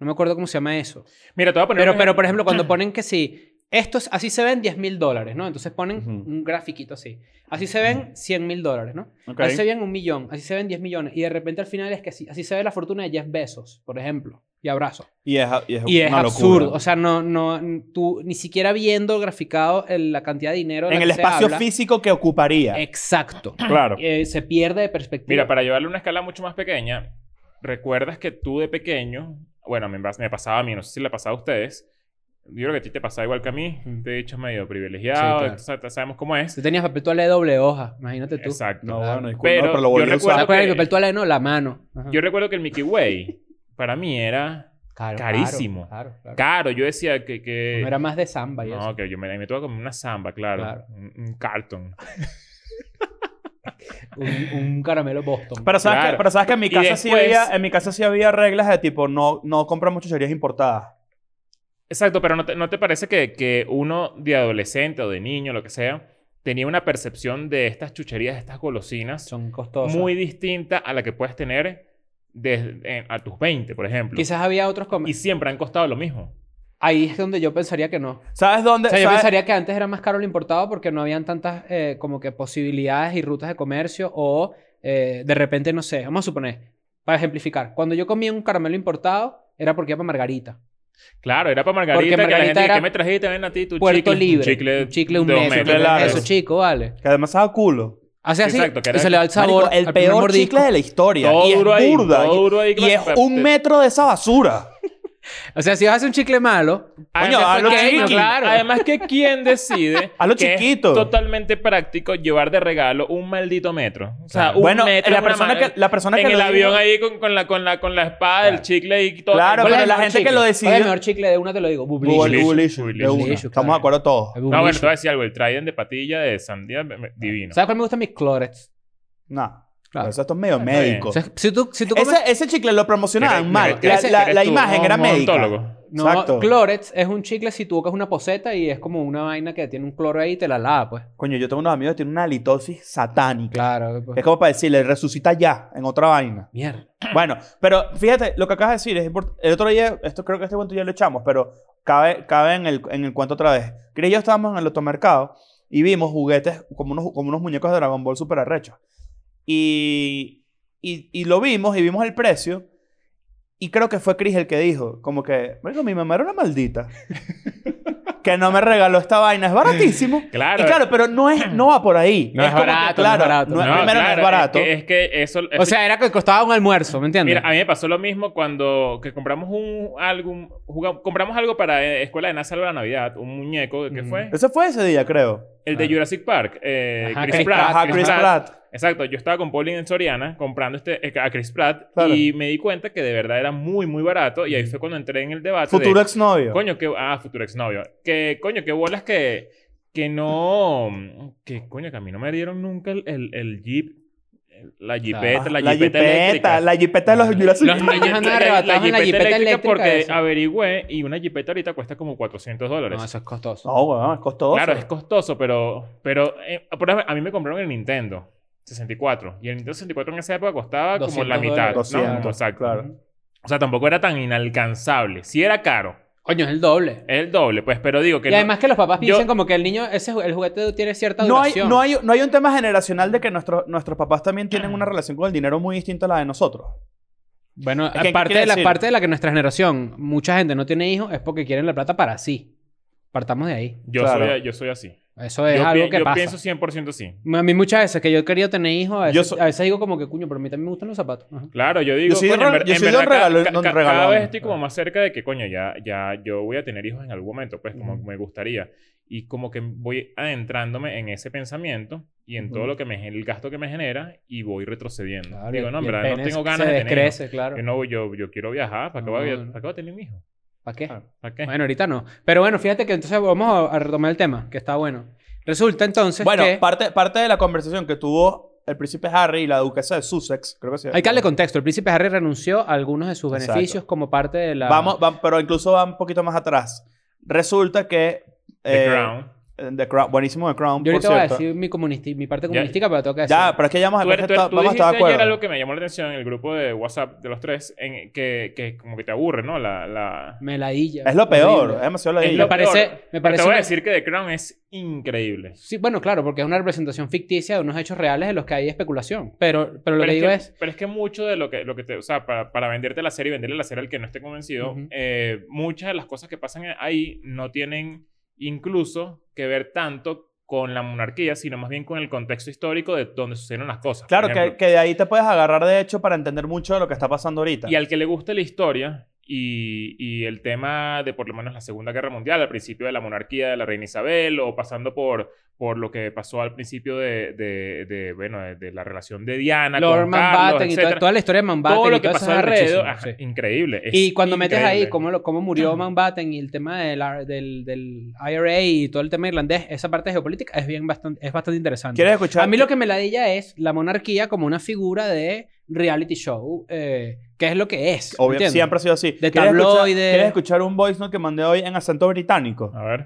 [SPEAKER 4] No me acuerdo cómo se llama eso.
[SPEAKER 2] Mira, te voy a poner
[SPEAKER 4] Pero,
[SPEAKER 2] un
[SPEAKER 4] pero por ejemplo, cuando ponen que si Esto es, así se ven 10 mil dólares, ¿no? Entonces ponen
[SPEAKER 3] Ujú.
[SPEAKER 4] un grafiquito así. Así se ven 100 mil dólares, ¿no?
[SPEAKER 3] Ok.
[SPEAKER 4] Así se ven un millón, así se ven 10 millones. Y de repente al final es que así, así se ve la fortuna de Jeff Bezos, por ejemplo. Y abrazo.
[SPEAKER 3] Y es, y es
[SPEAKER 4] Y es
[SPEAKER 3] una
[SPEAKER 4] absurdo.
[SPEAKER 3] locura.
[SPEAKER 4] O sea, no, no, n- tú ni siquiera viendo graficado el- la cantidad de dinero. de la
[SPEAKER 3] en el
[SPEAKER 4] que se
[SPEAKER 3] espacio
[SPEAKER 4] habla.
[SPEAKER 3] físico que ocuparía.
[SPEAKER 4] Exacto.
[SPEAKER 3] Claro.
[SPEAKER 4] Eh, se pierde de perspectiva.
[SPEAKER 2] Mira, para llevarle una escala mucho más pequeña, ¿recuerdas que tú de pequeño, bueno, me, pas- me pasaba a mí, no sé si le pasaba a ustedes, yo creo que a ti te pasaba igual que a mí,
[SPEAKER 4] Ujú.
[SPEAKER 2] te he dicho medio privilegiado,
[SPEAKER 4] claro.
[SPEAKER 2] sa- sabemos cómo es.
[SPEAKER 4] Tú tenías papel toalla de doble hoja, imagínate tú.
[SPEAKER 2] Exacto.
[SPEAKER 3] No,
[SPEAKER 4] Claro.
[SPEAKER 3] bueno, disculpa,
[SPEAKER 2] Pero
[SPEAKER 3] pero,
[SPEAKER 2] yo
[SPEAKER 3] lo volví a
[SPEAKER 2] recuerdo-
[SPEAKER 4] ¿Te
[SPEAKER 3] usar.
[SPEAKER 4] acuerdas del
[SPEAKER 2] que-
[SPEAKER 4] papel toalla? No, la mano. Ajá.
[SPEAKER 2] Yo recuerdo que el Mickey Way para mí era
[SPEAKER 4] Claro,
[SPEAKER 2] carísimo.
[SPEAKER 4] Claro, claro, claro.
[SPEAKER 2] caro. Yo decía que... que...
[SPEAKER 4] No era más de samba y
[SPEAKER 2] No,
[SPEAKER 4] eso.
[SPEAKER 2] que yo me, me tuve que comer una samba, claro.
[SPEAKER 4] Claro.
[SPEAKER 2] Un, un cartón.
[SPEAKER 4] Un, un caramelo Boston.
[SPEAKER 3] Pero sabes,
[SPEAKER 2] Claro.
[SPEAKER 3] que, pero sabes que en mi
[SPEAKER 2] Y
[SPEAKER 3] casa sí
[SPEAKER 2] después-
[SPEAKER 3] había, en mi casa sí había reglas de tipo no, no comprar muchas importadas.
[SPEAKER 2] Exacto, pero ¿no te, no te parece que, que uno de adolescente o de niño, lo que sea, tenía una percepción de estas chucherías, de estas golosinas,
[SPEAKER 4] Son costosas.
[SPEAKER 2] muy distinta a la que puedes tener desde, en- a tus 20, por ejemplo?
[SPEAKER 4] Quizás había otros
[SPEAKER 2] Y
[SPEAKER 4] comercios.
[SPEAKER 2] siempre han costado lo mismo.
[SPEAKER 4] Ahí es donde yo pensaría que no.
[SPEAKER 3] ¿Sabes dónde?
[SPEAKER 4] O sea, yo
[SPEAKER 3] sabes-
[SPEAKER 4] pensaría que antes era más caro lo importado porque no habían tantas eh, como que posibilidades y rutas de comercio o eh, de repente, no sé, vamos a suponer, para ejemplificar, cuando yo comía un caramelo importado era porque iba para Margarita.
[SPEAKER 2] Claro, era para Margarita,
[SPEAKER 4] Porque
[SPEAKER 2] que la
[SPEAKER 4] Margarita
[SPEAKER 2] gente
[SPEAKER 4] era
[SPEAKER 2] que me trajiste, ven a ti, tu
[SPEAKER 4] Puerto
[SPEAKER 2] chicle,
[SPEAKER 4] Libre.
[SPEAKER 2] tu chicle,
[SPEAKER 4] un chicle un
[SPEAKER 2] de
[SPEAKER 4] mes.
[SPEAKER 2] metros.
[SPEAKER 3] chicle largo.
[SPEAKER 4] Eso, chico, vale.
[SPEAKER 3] Que además estaba culo.
[SPEAKER 4] O sea, sí,
[SPEAKER 2] Exacto, que era-
[SPEAKER 4] y se le da el sabor.
[SPEAKER 3] Marico, el
[SPEAKER 4] al primer
[SPEAKER 3] peor
[SPEAKER 4] mordisco.
[SPEAKER 3] chicle de la historia.
[SPEAKER 2] Todo
[SPEAKER 3] y es
[SPEAKER 2] duro ahí,
[SPEAKER 3] burda.
[SPEAKER 2] todo
[SPEAKER 3] y-
[SPEAKER 2] duro ahí,
[SPEAKER 3] y es
[SPEAKER 2] claro.
[SPEAKER 3] un metro de esa basura.
[SPEAKER 4] O sea, si vas a hacer un chicle malo,
[SPEAKER 3] Coño,
[SPEAKER 2] Además,
[SPEAKER 3] hazlo
[SPEAKER 2] pequeño,
[SPEAKER 3] chiqui.
[SPEAKER 2] claro. Además que
[SPEAKER 3] [laughs]
[SPEAKER 2] quién decide
[SPEAKER 3] Hazlo
[SPEAKER 2] que es
[SPEAKER 3] chiquito.
[SPEAKER 2] totalmente práctico llevar de regalo un maldito metro. O sea,
[SPEAKER 4] Claro.
[SPEAKER 2] un
[SPEAKER 3] bueno,
[SPEAKER 2] metro
[SPEAKER 3] la
[SPEAKER 2] en una
[SPEAKER 3] persona,
[SPEAKER 2] mano-
[SPEAKER 3] que, la persona
[SPEAKER 2] en
[SPEAKER 3] que
[SPEAKER 2] el
[SPEAKER 3] lo
[SPEAKER 2] avión
[SPEAKER 3] dijo-
[SPEAKER 2] ahí con, con la, con, la, con la espada, el chicle y todo.
[SPEAKER 3] Claro,
[SPEAKER 4] ¿cuál es
[SPEAKER 3] pero
[SPEAKER 4] el
[SPEAKER 3] la
[SPEAKER 4] mejor
[SPEAKER 3] gente
[SPEAKER 4] chicle?
[SPEAKER 3] que lo
[SPEAKER 4] ¿Cuál es
[SPEAKER 3] decide.
[SPEAKER 4] el mejor chicle de una te lo digo, Bublicious.
[SPEAKER 3] Google,
[SPEAKER 2] Bublicious.
[SPEAKER 3] Google Issue, de
[SPEAKER 2] Google
[SPEAKER 3] una.
[SPEAKER 4] Issue,
[SPEAKER 3] Estamos
[SPEAKER 4] claro.
[SPEAKER 3] de acuerdo todos.
[SPEAKER 4] El
[SPEAKER 2] No, bueno,
[SPEAKER 4] Bublicious.
[SPEAKER 2] te voy a decir algo. El Trident de patilla de sandía, me- me- divino.
[SPEAKER 4] ¿Sabes cuál me gustan mis clorets?
[SPEAKER 3] No.
[SPEAKER 4] Claro.
[SPEAKER 3] Pero eso esto es medio
[SPEAKER 2] está bien.
[SPEAKER 3] médico.
[SPEAKER 4] O sea, si tú, si tú comes-
[SPEAKER 3] Ese, ese chicle lo promocionaban
[SPEAKER 2] Eres-
[SPEAKER 3] mal.
[SPEAKER 2] eres-
[SPEAKER 3] La,
[SPEAKER 4] ese-
[SPEAKER 3] la-
[SPEAKER 2] eres
[SPEAKER 3] la
[SPEAKER 2] tú,
[SPEAKER 3] imagen
[SPEAKER 2] un
[SPEAKER 3] era médica.
[SPEAKER 2] odontólogo.
[SPEAKER 4] No,
[SPEAKER 3] Exacto.
[SPEAKER 4] clorets es un chicle si tú tocas una poseta y es como una vaina que tiene un cloro ahí y te la lava, pues.
[SPEAKER 3] Coño, yo tengo unos amigos que tienen una halitosis satánica.
[SPEAKER 4] Claro. pues.
[SPEAKER 3] Es como para decirle, resucita ya, en otra vaina.
[SPEAKER 4] [clears throat] Mierda.
[SPEAKER 3] Bueno, pero fíjate, lo que acabas de decir es importante. El otro día, esto creo que este cuento ya lo echamos, pero cabe, cabe en, el, en el cuento otra vez. Cris y yo estábamos en el automercado y vimos juguetes como unos, como unos muñecos de Dragon Ball super arrechos. Y, y, y lo vimos y vimos el precio. Y creo que fue Cris el que dijo, como que, "Marico, mi mamá era una maldita. que no me regaló esta vaina, es baratísimo.
[SPEAKER 2] Claro.
[SPEAKER 3] Y claro, pero no, es, no va por ahí.
[SPEAKER 2] [clears throat]
[SPEAKER 4] No es
[SPEAKER 3] como que,
[SPEAKER 4] barato, no es
[SPEAKER 3] claro,
[SPEAKER 4] barato.
[SPEAKER 3] no es-
[SPEAKER 4] No,
[SPEAKER 3] primero,
[SPEAKER 2] claro,
[SPEAKER 3] no es barato.
[SPEAKER 2] que- Es que, eso...
[SPEAKER 4] O sea, era que costaba un almuerzo, ¿me entiendes?
[SPEAKER 2] Mira, a mí me pasó lo mismo cuando que compramos un álbum, jugam- compramos algo para eh, Escuela de NASA de la Navidad, un muñeco, ¿qué
[SPEAKER 4] Ujú.
[SPEAKER 2] fue?
[SPEAKER 3] Ese fue ese día, creo.
[SPEAKER 2] El de
[SPEAKER 4] Claro.
[SPEAKER 2] Jurassic Park, eh,
[SPEAKER 4] Ajá,
[SPEAKER 2] Chris,
[SPEAKER 4] Chris
[SPEAKER 2] Pratt,
[SPEAKER 3] Ajá, Chris Pratt.
[SPEAKER 2] Exacto, yo estaba con Pauline en Soriana comprando este, eh, a Chris Pratt
[SPEAKER 3] Claro.
[SPEAKER 2] y me di cuenta que de verdad era muy, muy barato y ahí fue cuando entré en el debate.
[SPEAKER 3] Futuro
[SPEAKER 2] de,
[SPEAKER 3] exnovio.
[SPEAKER 2] Coño, que. Ah, futuro exnovio. Que, coño, qué bolas que. Que no. Que, coño, que a mí no me dieron nunca el, el, el Jeep. el- La jipeta,
[SPEAKER 3] Ah,
[SPEAKER 2] la, jipeta, eléctrica.
[SPEAKER 3] la jipeta de los Jurassic
[SPEAKER 2] Los
[SPEAKER 3] Park.
[SPEAKER 2] niños
[SPEAKER 4] andan
[SPEAKER 2] la-
[SPEAKER 4] arrebatados en la
[SPEAKER 2] jipeta
[SPEAKER 4] jipeta eléctrica
[SPEAKER 2] porque
[SPEAKER 4] esa.
[SPEAKER 2] averigüé y una jipeta ahorita cuesta como 400 dólares.
[SPEAKER 4] No, eso es costoso.
[SPEAKER 3] No, Oh, weón, es costoso.
[SPEAKER 2] Claro, es costoso, pero, pero eh, por ejemplo, a mí me compraron el Nintendo 64. Y el Nintendo 64 en esa época costaba como la
[SPEAKER 4] 200
[SPEAKER 2] mitad.
[SPEAKER 4] dólares.
[SPEAKER 2] ¿no?
[SPEAKER 3] 200,
[SPEAKER 2] Exacto.
[SPEAKER 3] claro.
[SPEAKER 2] O sea, tampoco era tan inalcanzable. Sí era caro.
[SPEAKER 4] Coño, es el doble.
[SPEAKER 2] Es el doble, pues, pero digo que...
[SPEAKER 4] Y
[SPEAKER 2] no-
[SPEAKER 4] además que los papás
[SPEAKER 2] Yo-
[SPEAKER 4] piensan como que el niño, ese, ju- el juguete tiene cierta
[SPEAKER 3] No hay,
[SPEAKER 4] duración.
[SPEAKER 3] no, hay, no hay un tema generacional de que nuestros nuestros papás también tienen una relación con el dinero muy distinta a la de nosotros.
[SPEAKER 4] Bueno,
[SPEAKER 3] que, ¿qué
[SPEAKER 4] aparte
[SPEAKER 3] quiere
[SPEAKER 4] de, la,
[SPEAKER 3] decir?
[SPEAKER 4] parte de la que nuestra generación, mucha gente no tiene hijos, es porque quieren la plata para sí. Partamos de ahí.
[SPEAKER 2] yo,
[SPEAKER 3] Claro.
[SPEAKER 2] soy, yo soy así.
[SPEAKER 4] Eso es
[SPEAKER 2] yo pi-
[SPEAKER 4] algo que
[SPEAKER 2] yo
[SPEAKER 4] pasa.
[SPEAKER 2] pienso 100% sí.
[SPEAKER 4] A mí muchas veces que yo he querido tener hijos, a
[SPEAKER 3] Yo
[SPEAKER 4] veces,
[SPEAKER 3] so-
[SPEAKER 4] a veces digo como que, coño, pero a mí también me gustan los zapatos. Ajá.
[SPEAKER 2] Claro, yo digo...
[SPEAKER 3] Yo soy de
[SPEAKER 2] coño, en
[SPEAKER 3] re-
[SPEAKER 2] ver-
[SPEAKER 3] yo
[SPEAKER 2] en
[SPEAKER 3] soy de
[SPEAKER 2] verdad, ca-
[SPEAKER 3] regalo-
[SPEAKER 2] ca-
[SPEAKER 3] no,
[SPEAKER 2] ca- cada
[SPEAKER 3] regalón.
[SPEAKER 2] vez estoy como más cerca de que, coño, ya, ya yo voy a tener hijos en algún momento, pues, como
[SPEAKER 4] Ujú.
[SPEAKER 2] me gustaría. Y como que voy adentrándome en ese pensamiento y en
[SPEAKER 4] Ujú.
[SPEAKER 2] todo lo que me... gen- El gasto que me genera y voy retrocediendo.
[SPEAKER 4] Claro,
[SPEAKER 2] digo, no,
[SPEAKER 4] y
[SPEAKER 2] en
[SPEAKER 4] el
[SPEAKER 2] verdad, no
[SPEAKER 4] pene
[SPEAKER 2] tengo
[SPEAKER 4] se-
[SPEAKER 2] ganas de
[SPEAKER 4] se
[SPEAKER 2] tener hijos.
[SPEAKER 4] descrece, claro.
[SPEAKER 2] Yo, no, yo, yo quiero viajar. ¿Para qué, voy, a-
[SPEAKER 4] No, no.
[SPEAKER 2] ¿para qué voy a tener un hijo?
[SPEAKER 4] ¿Para qué?
[SPEAKER 2] ¿Para qué?
[SPEAKER 4] Bueno, ahorita no. Pero bueno, fíjate que entonces vamos a, a retomar el tema, que está bueno. Resulta entonces
[SPEAKER 3] Bueno,
[SPEAKER 4] que...
[SPEAKER 3] parte, parte de la conversación que tuvo el príncipe Harry y la duquesa de Sussex, creo que sí.
[SPEAKER 4] Hay que darle contexto. El príncipe Harry renunció a algunos de sus
[SPEAKER 3] Exacto.
[SPEAKER 4] beneficios como parte de la...
[SPEAKER 3] Vamos, van- pero incluso va un poquito más atrás. Resulta que...
[SPEAKER 2] The
[SPEAKER 3] eh,
[SPEAKER 2] Crown.
[SPEAKER 3] en The Crown. Buenísimo The Crown,
[SPEAKER 4] Yo
[SPEAKER 3] por
[SPEAKER 4] ahorita voy a
[SPEAKER 3] cierto.
[SPEAKER 4] decir mi, comunisti- mi parte comunística, pero tengo que decir.
[SPEAKER 3] Ya, pero es que ya vamos a,
[SPEAKER 2] Tú, eres- tú-
[SPEAKER 3] está-
[SPEAKER 2] tú
[SPEAKER 3] vamos a
[SPEAKER 2] dijiste
[SPEAKER 3] estar de
[SPEAKER 2] ayer
[SPEAKER 3] acuerdo.
[SPEAKER 2] algo que me llamó la atención en el grupo de WhatsApp de los tres, en, que, que como que te aburre, ¿no? La, la...
[SPEAKER 4] Me la di ya.
[SPEAKER 3] Es lo peor, es
[SPEAKER 4] Horrible.
[SPEAKER 3] demasiado
[SPEAKER 2] Es
[SPEAKER 3] ladillo.
[SPEAKER 2] lo
[SPEAKER 4] Me parece-
[SPEAKER 2] peor.
[SPEAKER 4] me
[SPEAKER 2] Pero
[SPEAKER 4] parece
[SPEAKER 2] Te voy a
[SPEAKER 4] una-
[SPEAKER 2] decir que The Crown es increíble.
[SPEAKER 4] Sí, bueno, claro, porque es una representación ficticia de unos hechos reales de los que hay especulación. Pero, pero lo
[SPEAKER 2] Pero
[SPEAKER 4] que
[SPEAKER 2] es,
[SPEAKER 4] digo
[SPEAKER 2] que,
[SPEAKER 4] es.
[SPEAKER 2] pero es que mucho de lo que, lo que te... O sea, para, para venderte la serie y venderle la serie al que no esté convencido,
[SPEAKER 4] Ujú.
[SPEAKER 2] eh, muchas de las cosas que pasan ahí no tienen incluso que ver tanto con la monarquía, sino más bien con el contexto histórico de donde sucedieron las cosas.
[SPEAKER 3] Claro,
[SPEAKER 2] Por
[SPEAKER 3] que,
[SPEAKER 2] ejemplo,
[SPEAKER 3] que de ahí te puedes agarrar de hecho para entender mucho de lo que está pasando ahorita.
[SPEAKER 2] Y al que le guste la historia y, y el tema de por lo menos la Segunda Guerra Mundial, al principio de la monarquía de la reina Isabel o pasando por, por lo que pasó al principio de, de, de, bueno, de, de la relación de Diana
[SPEAKER 4] Lord
[SPEAKER 2] con Carlos,
[SPEAKER 4] Mountbatten y toda,
[SPEAKER 2] etcétera.
[SPEAKER 4] toda la historia de Mountbatten.
[SPEAKER 2] Todo
[SPEAKER 4] y
[SPEAKER 2] lo que
[SPEAKER 4] todo eso
[SPEAKER 2] pasó
[SPEAKER 4] es
[SPEAKER 2] alrededor,
[SPEAKER 4] arrechísimo,
[SPEAKER 2] ajá,
[SPEAKER 4] sí.
[SPEAKER 2] increíble. es
[SPEAKER 4] Y cuando metes ahí
[SPEAKER 2] increíble.
[SPEAKER 4] cómo, lo- cómo murió Mountbatten y el tema del, ar- del, del IRA y todo el tema irlandés, esa parte geopolítica es, bien bastante, es bastante interesante.
[SPEAKER 3] ¿Quieres escuchar?
[SPEAKER 4] A mí lo que me ladilla es la monarquía como una figura de reality show, eh, que es lo que es.
[SPEAKER 3] Obvio,
[SPEAKER 4] ¿entiendes?
[SPEAKER 3] siempre ha sido así.
[SPEAKER 4] De
[SPEAKER 3] ¿Quieres escuchar-
[SPEAKER 4] tabloide.
[SPEAKER 3] ¿Quieres escuchar un voice note que mandé hoy en acento británico?
[SPEAKER 2] A ver.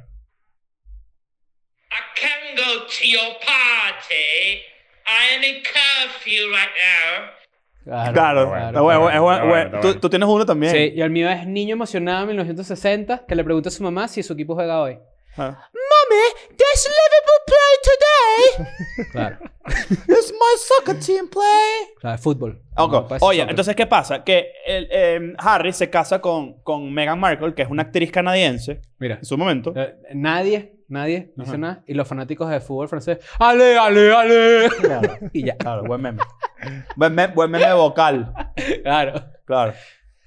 [SPEAKER 5] I can go to your party. I am in curfew right now.
[SPEAKER 4] Claro.
[SPEAKER 3] Claro.
[SPEAKER 2] bueno,
[SPEAKER 3] Está bueno,
[SPEAKER 2] Ah, está bueno, está
[SPEAKER 3] es bueno,
[SPEAKER 2] bueno, está
[SPEAKER 3] bueno. Tú,
[SPEAKER 2] bueno.
[SPEAKER 3] tú tienes uno también.
[SPEAKER 4] Sí, y el mío es niño emocionado en 1960 que le pregunta a su mamá si su equipo juega hoy.
[SPEAKER 3] Ah.
[SPEAKER 4] ¿Does Liverpool play today? claro,
[SPEAKER 3] It's my soccer team play.
[SPEAKER 4] claro, fútbol.
[SPEAKER 3] [laughs] Ok.
[SPEAKER 4] No puede ser
[SPEAKER 3] Oye,
[SPEAKER 4] soccer.
[SPEAKER 3] entonces, ¿qué pasa? Que el, eh, Harry se casa con, con Meghan Markle, que es una actriz canadiense
[SPEAKER 4] Mira,
[SPEAKER 3] en su momento.
[SPEAKER 4] eh, nadie, nadie dice
[SPEAKER 3] Ajá.
[SPEAKER 4] nada. Y los fanáticos de fútbol francés, ¡Ale, ale, ale!
[SPEAKER 3] Claro,
[SPEAKER 4] [laughs] y ya.
[SPEAKER 3] claro, buen meme. buen, me- buen meme vocal.
[SPEAKER 4] Claro.
[SPEAKER 3] Claro.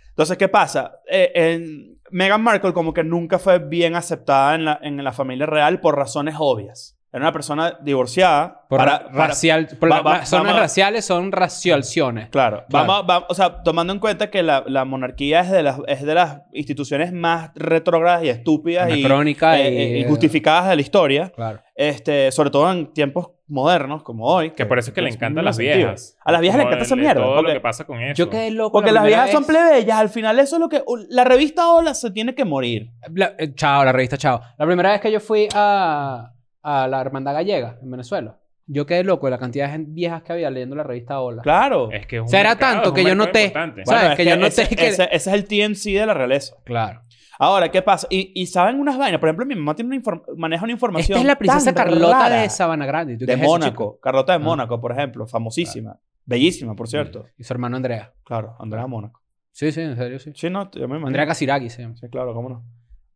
[SPEAKER 3] Entonces, ¿qué pasa? Eh, en- Meghan Markle como que nunca fue bien aceptada en la, en la familia real por razones obvias. Era una persona divorciada.
[SPEAKER 4] Por
[SPEAKER 3] para-
[SPEAKER 4] ra-
[SPEAKER 3] para-
[SPEAKER 4] racial, por
[SPEAKER 3] va-
[SPEAKER 4] la-
[SPEAKER 3] va-
[SPEAKER 4] las zonas
[SPEAKER 3] vamos a-
[SPEAKER 4] raciales son racialciones.
[SPEAKER 3] Claro.
[SPEAKER 4] Claro.
[SPEAKER 3] Vamos, va- o sea, tomando en cuenta que la, la monarquía es de, las, es de las instituciones más retrógradas y estúpidas y,
[SPEAKER 4] Anacrónica
[SPEAKER 3] eh,
[SPEAKER 4] y-
[SPEAKER 3] eh, y justificadas de la historia,
[SPEAKER 4] Claro.
[SPEAKER 3] este, sobre todo en tiempos modernos como hoy.
[SPEAKER 2] Que por eso es que le encantan
[SPEAKER 3] tiene
[SPEAKER 2] las
[SPEAKER 3] sentido.
[SPEAKER 2] viejas.
[SPEAKER 3] A las viejas les
[SPEAKER 2] Como
[SPEAKER 3] encanta esa
[SPEAKER 2] de- de
[SPEAKER 3] mierda,
[SPEAKER 2] Todo
[SPEAKER 3] porque-
[SPEAKER 2] lo que pasa con eso.
[SPEAKER 4] Yo quedé loco.
[SPEAKER 3] Porque
[SPEAKER 4] la
[SPEAKER 3] las viejas
[SPEAKER 4] primera
[SPEAKER 3] son
[SPEAKER 4] vez.
[SPEAKER 3] plebeyas, al final eso es lo que... La revista Hola se tiene que morir.
[SPEAKER 4] La- eh, chao, la revista, chao. La primera vez que yo fui a, a la Hermandad Gallega en Venezuela, yo quedé loco de la cantidad de gente- viejas que había leyendo la revista Hola.
[SPEAKER 3] Claro.
[SPEAKER 2] Es que es un
[SPEAKER 4] Será
[SPEAKER 2] mercado,
[SPEAKER 4] tanto
[SPEAKER 2] es un
[SPEAKER 4] que yo
[SPEAKER 2] mercado
[SPEAKER 4] noté.
[SPEAKER 2] importante.
[SPEAKER 4] Bueno, ¿sabes?
[SPEAKER 3] es
[SPEAKER 4] Que yo noté
[SPEAKER 3] ese,
[SPEAKER 4] que-
[SPEAKER 3] ese- ese es el TMC de la realeza.
[SPEAKER 4] Claro.
[SPEAKER 3] Ahora, ¿qué pasa? Y, y saben unas vainas. Por ejemplo, mi mamá tiene una inform- maneja una información.
[SPEAKER 4] Esta es la princesa
[SPEAKER 3] tan
[SPEAKER 4] Carlota
[SPEAKER 3] rara
[SPEAKER 4] de Sabana Grande. ¿Y tú
[SPEAKER 3] de
[SPEAKER 4] qué es eso,
[SPEAKER 3] Mónaco. Carlota de
[SPEAKER 4] Ah. Mm.
[SPEAKER 3] Mónaco, por ejemplo. Famosísima. Bellísima, por cierto.
[SPEAKER 4] chico? Y su hermano Andrea.
[SPEAKER 3] Claro, Andrea Mónaco.
[SPEAKER 4] Sí, sí, en serio, sí.
[SPEAKER 3] Sí, no, yo me imagino.
[SPEAKER 4] Ah. Andrea Casiraghi se llama.
[SPEAKER 3] Sí, claro, cómo no.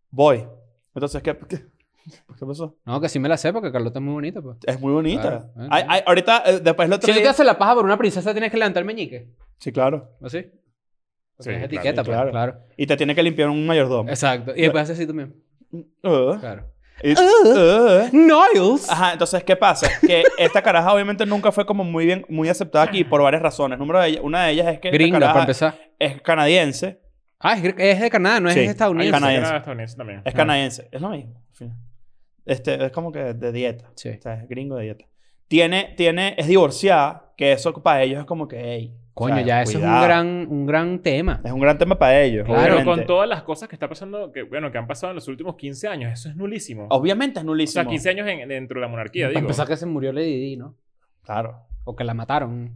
[SPEAKER 3] Voy. Entonces, ¿qué, qué, qué pasó?
[SPEAKER 4] No, que sí me la sé porque Carlota es muy bonita. Pues.
[SPEAKER 3] Es muy bonita.
[SPEAKER 4] Claro, eh,
[SPEAKER 3] Ay, ay, ahorita, eh, después lo
[SPEAKER 4] Si
[SPEAKER 3] otro
[SPEAKER 4] tú te
[SPEAKER 3] día-
[SPEAKER 4] haces la paja por una princesa, tienes que levantar el meñique.
[SPEAKER 3] Sí, claro.
[SPEAKER 4] ¿Así?
[SPEAKER 2] Sí,
[SPEAKER 4] Porque es
[SPEAKER 2] claro,
[SPEAKER 4] etiqueta, pues,
[SPEAKER 3] claro.
[SPEAKER 4] claro.
[SPEAKER 3] Y te tiene que limpiar un mayordomo.
[SPEAKER 4] Exacto. Y después haces así también.
[SPEAKER 3] Uh,
[SPEAKER 4] Claro. Ah,
[SPEAKER 3] y- uh.
[SPEAKER 4] ¡Niles!
[SPEAKER 3] Ajá, entonces, ¿qué pasa? Que esta caraja obviamente nunca fue como muy bien, muy aceptada aquí por varias razones. Número de ella- una de ellas es que esta
[SPEAKER 4] Gringa,
[SPEAKER 3] caraja
[SPEAKER 4] para empezar.
[SPEAKER 3] es canadiense.
[SPEAKER 4] Ah, es, gr- es de Canadá, no es
[SPEAKER 3] Sí,
[SPEAKER 4] de Estados
[SPEAKER 2] Ay,
[SPEAKER 4] Unidos.
[SPEAKER 2] yo pensé que
[SPEAKER 3] Canadiense.
[SPEAKER 2] era estadounidense también.
[SPEAKER 4] Ah.
[SPEAKER 3] Es canadiense. Es lo mismo. al final. Este, es como que de dieta.
[SPEAKER 4] Sí.
[SPEAKER 3] O sea, es gringo de dieta. Tiene, tiene, es divorciada, que eso para ellos es como que, hey.
[SPEAKER 4] Coño,
[SPEAKER 3] o sea,
[SPEAKER 4] ya eso es
[SPEAKER 3] cuidado.
[SPEAKER 4] un gran, un gran tema.
[SPEAKER 3] Es un gran tema para ellos.
[SPEAKER 4] Claro,
[SPEAKER 2] Pero
[SPEAKER 3] obviamente.
[SPEAKER 2] con todas las cosas que está pasando, que, bueno, que han pasado en los últimos 15 años, eso es nulísimo.
[SPEAKER 3] Obviamente
[SPEAKER 2] o
[SPEAKER 3] es
[SPEAKER 2] sea,
[SPEAKER 3] nulísimo.
[SPEAKER 2] 15 años en- dentro de la monarquía,
[SPEAKER 4] Para
[SPEAKER 2] digo.
[SPEAKER 4] empezar que se murió Lady Di, ¿no?
[SPEAKER 3] Claro.
[SPEAKER 4] O que la mataron.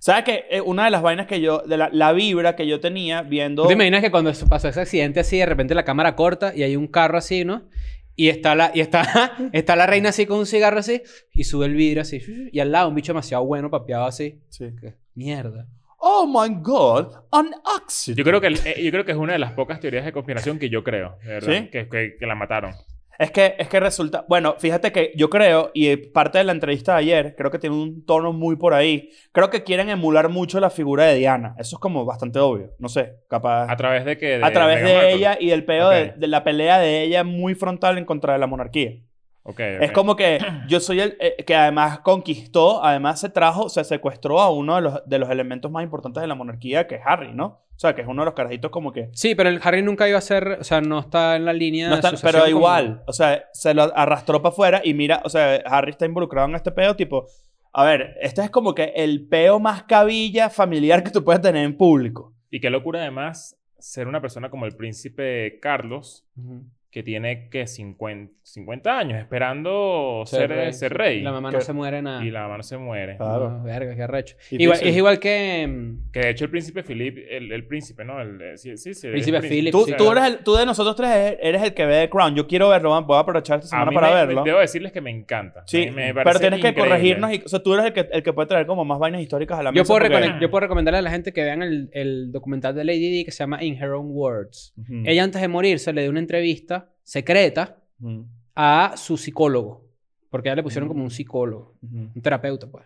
[SPEAKER 3] ¿Sabes qué? Eh, una de las vainas que yo, de la, la vibra que yo tenía
[SPEAKER 4] ¿Tú
[SPEAKER 3] viendo.
[SPEAKER 4] te imaginas que cuando eso- pasó ese accidente así, de repente la cámara corta y hay un carro así, ¿no? Y está la, y está, [laughs] está la reina así con un cigarro así y sube el vidrio así. Y al lado un bicho demasiado bueno, papeado así.
[SPEAKER 3] Sí.
[SPEAKER 4] Que, Mierda.
[SPEAKER 3] Oh my god, an accident.
[SPEAKER 2] Yo creo, que, el- eh, yo creo que es una de las pocas teorías de conspiración que yo creo, de verdad,
[SPEAKER 3] ¿Sí?
[SPEAKER 2] que, que- que la mataron.
[SPEAKER 3] Es que, es que resulta, bueno, fíjate que yo creo, y eh, parte de la entrevista de ayer, creo que tiene un tono muy por ahí, creo que quieren emular mucho la figura de Diana, eso es como bastante obvio, no sé, capaz...
[SPEAKER 2] A través de que... de-
[SPEAKER 3] a través
[SPEAKER 2] Meghan
[SPEAKER 3] de
[SPEAKER 2] Markle.
[SPEAKER 3] ella y del peo de,
[SPEAKER 2] Ok.
[SPEAKER 3] de la pelea de ella muy frontal en contra de la monarquía.
[SPEAKER 2] Ok,
[SPEAKER 3] Es
[SPEAKER 2] ok. [clears throat]
[SPEAKER 3] como que yo soy el eh, que además conquistó, además se trajo, se secuestró a uno de los, de los elementos más importantes de la monarquía, que es Harry, ¿no? O sea, que es uno de los carajitos como que
[SPEAKER 4] Sí, pero el Harry nunca iba a ser, o sea, no está en la línea.
[SPEAKER 3] No
[SPEAKER 4] de
[SPEAKER 3] está-
[SPEAKER 4] asociación
[SPEAKER 3] pero
[SPEAKER 4] con-
[SPEAKER 3] igual, o sea, se lo arrastró para afuera y mira, o sea, Harry está involucrado en este peo, tipo, a ver, este es como que el peo más cabilla familiar que tú puedes tener en público.
[SPEAKER 2] Y qué locura además ser una persona como el príncipe Carlos,
[SPEAKER 4] Ujú.
[SPEAKER 2] que tiene que 50, 50 años esperando
[SPEAKER 4] Ser
[SPEAKER 2] ser, ser
[SPEAKER 4] rey,
[SPEAKER 2] rey.
[SPEAKER 4] sí. La mamá no
[SPEAKER 3] Que-
[SPEAKER 4] se Ah. muere nada.
[SPEAKER 2] Y la mano se muere.
[SPEAKER 3] Claro.
[SPEAKER 4] No, verga, qué arrecho.
[SPEAKER 3] Y
[SPEAKER 4] Igual-
[SPEAKER 3] Pixel.
[SPEAKER 4] es igual que. mm,
[SPEAKER 2] Que de hecho el príncipe Philip, el, el príncipe, ¿no? El, eh, sí, sí, sí, el
[SPEAKER 4] Príncipe Philip,
[SPEAKER 3] Tú,
[SPEAKER 4] Sí,
[SPEAKER 3] tú
[SPEAKER 4] claro.
[SPEAKER 3] eres el- tú de nosotros tres eres- eres el que ve The Crown. Yo quiero verlo, man. Voy a aprovechar esta
[SPEAKER 2] A
[SPEAKER 3] semana
[SPEAKER 2] mí
[SPEAKER 3] para
[SPEAKER 2] me- me-
[SPEAKER 3] verlo.
[SPEAKER 2] debo decirles que me encanta.
[SPEAKER 3] Sí,
[SPEAKER 2] Me- me
[SPEAKER 3] pero
[SPEAKER 2] parece
[SPEAKER 3] tienes que
[SPEAKER 2] increíble.
[SPEAKER 3] corregirnos. Y, o sea, tú eres el que, el que puede traer como más vainas históricas a la mesa.
[SPEAKER 4] Yo puedo,
[SPEAKER 3] porque-
[SPEAKER 4] recone- yo puedo recomendarle a la gente que vean el, el documental de Lady Di que se llama In Her Own Words.
[SPEAKER 3] Ujú,
[SPEAKER 4] Ella antes de morir se le dio una entrevista secreta
[SPEAKER 3] ujú,
[SPEAKER 4] a su psicólogo. Porque a ella le pusieron como un psicólogo,
[SPEAKER 3] ujú.
[SPEAKER 4] un terapeuta, pues.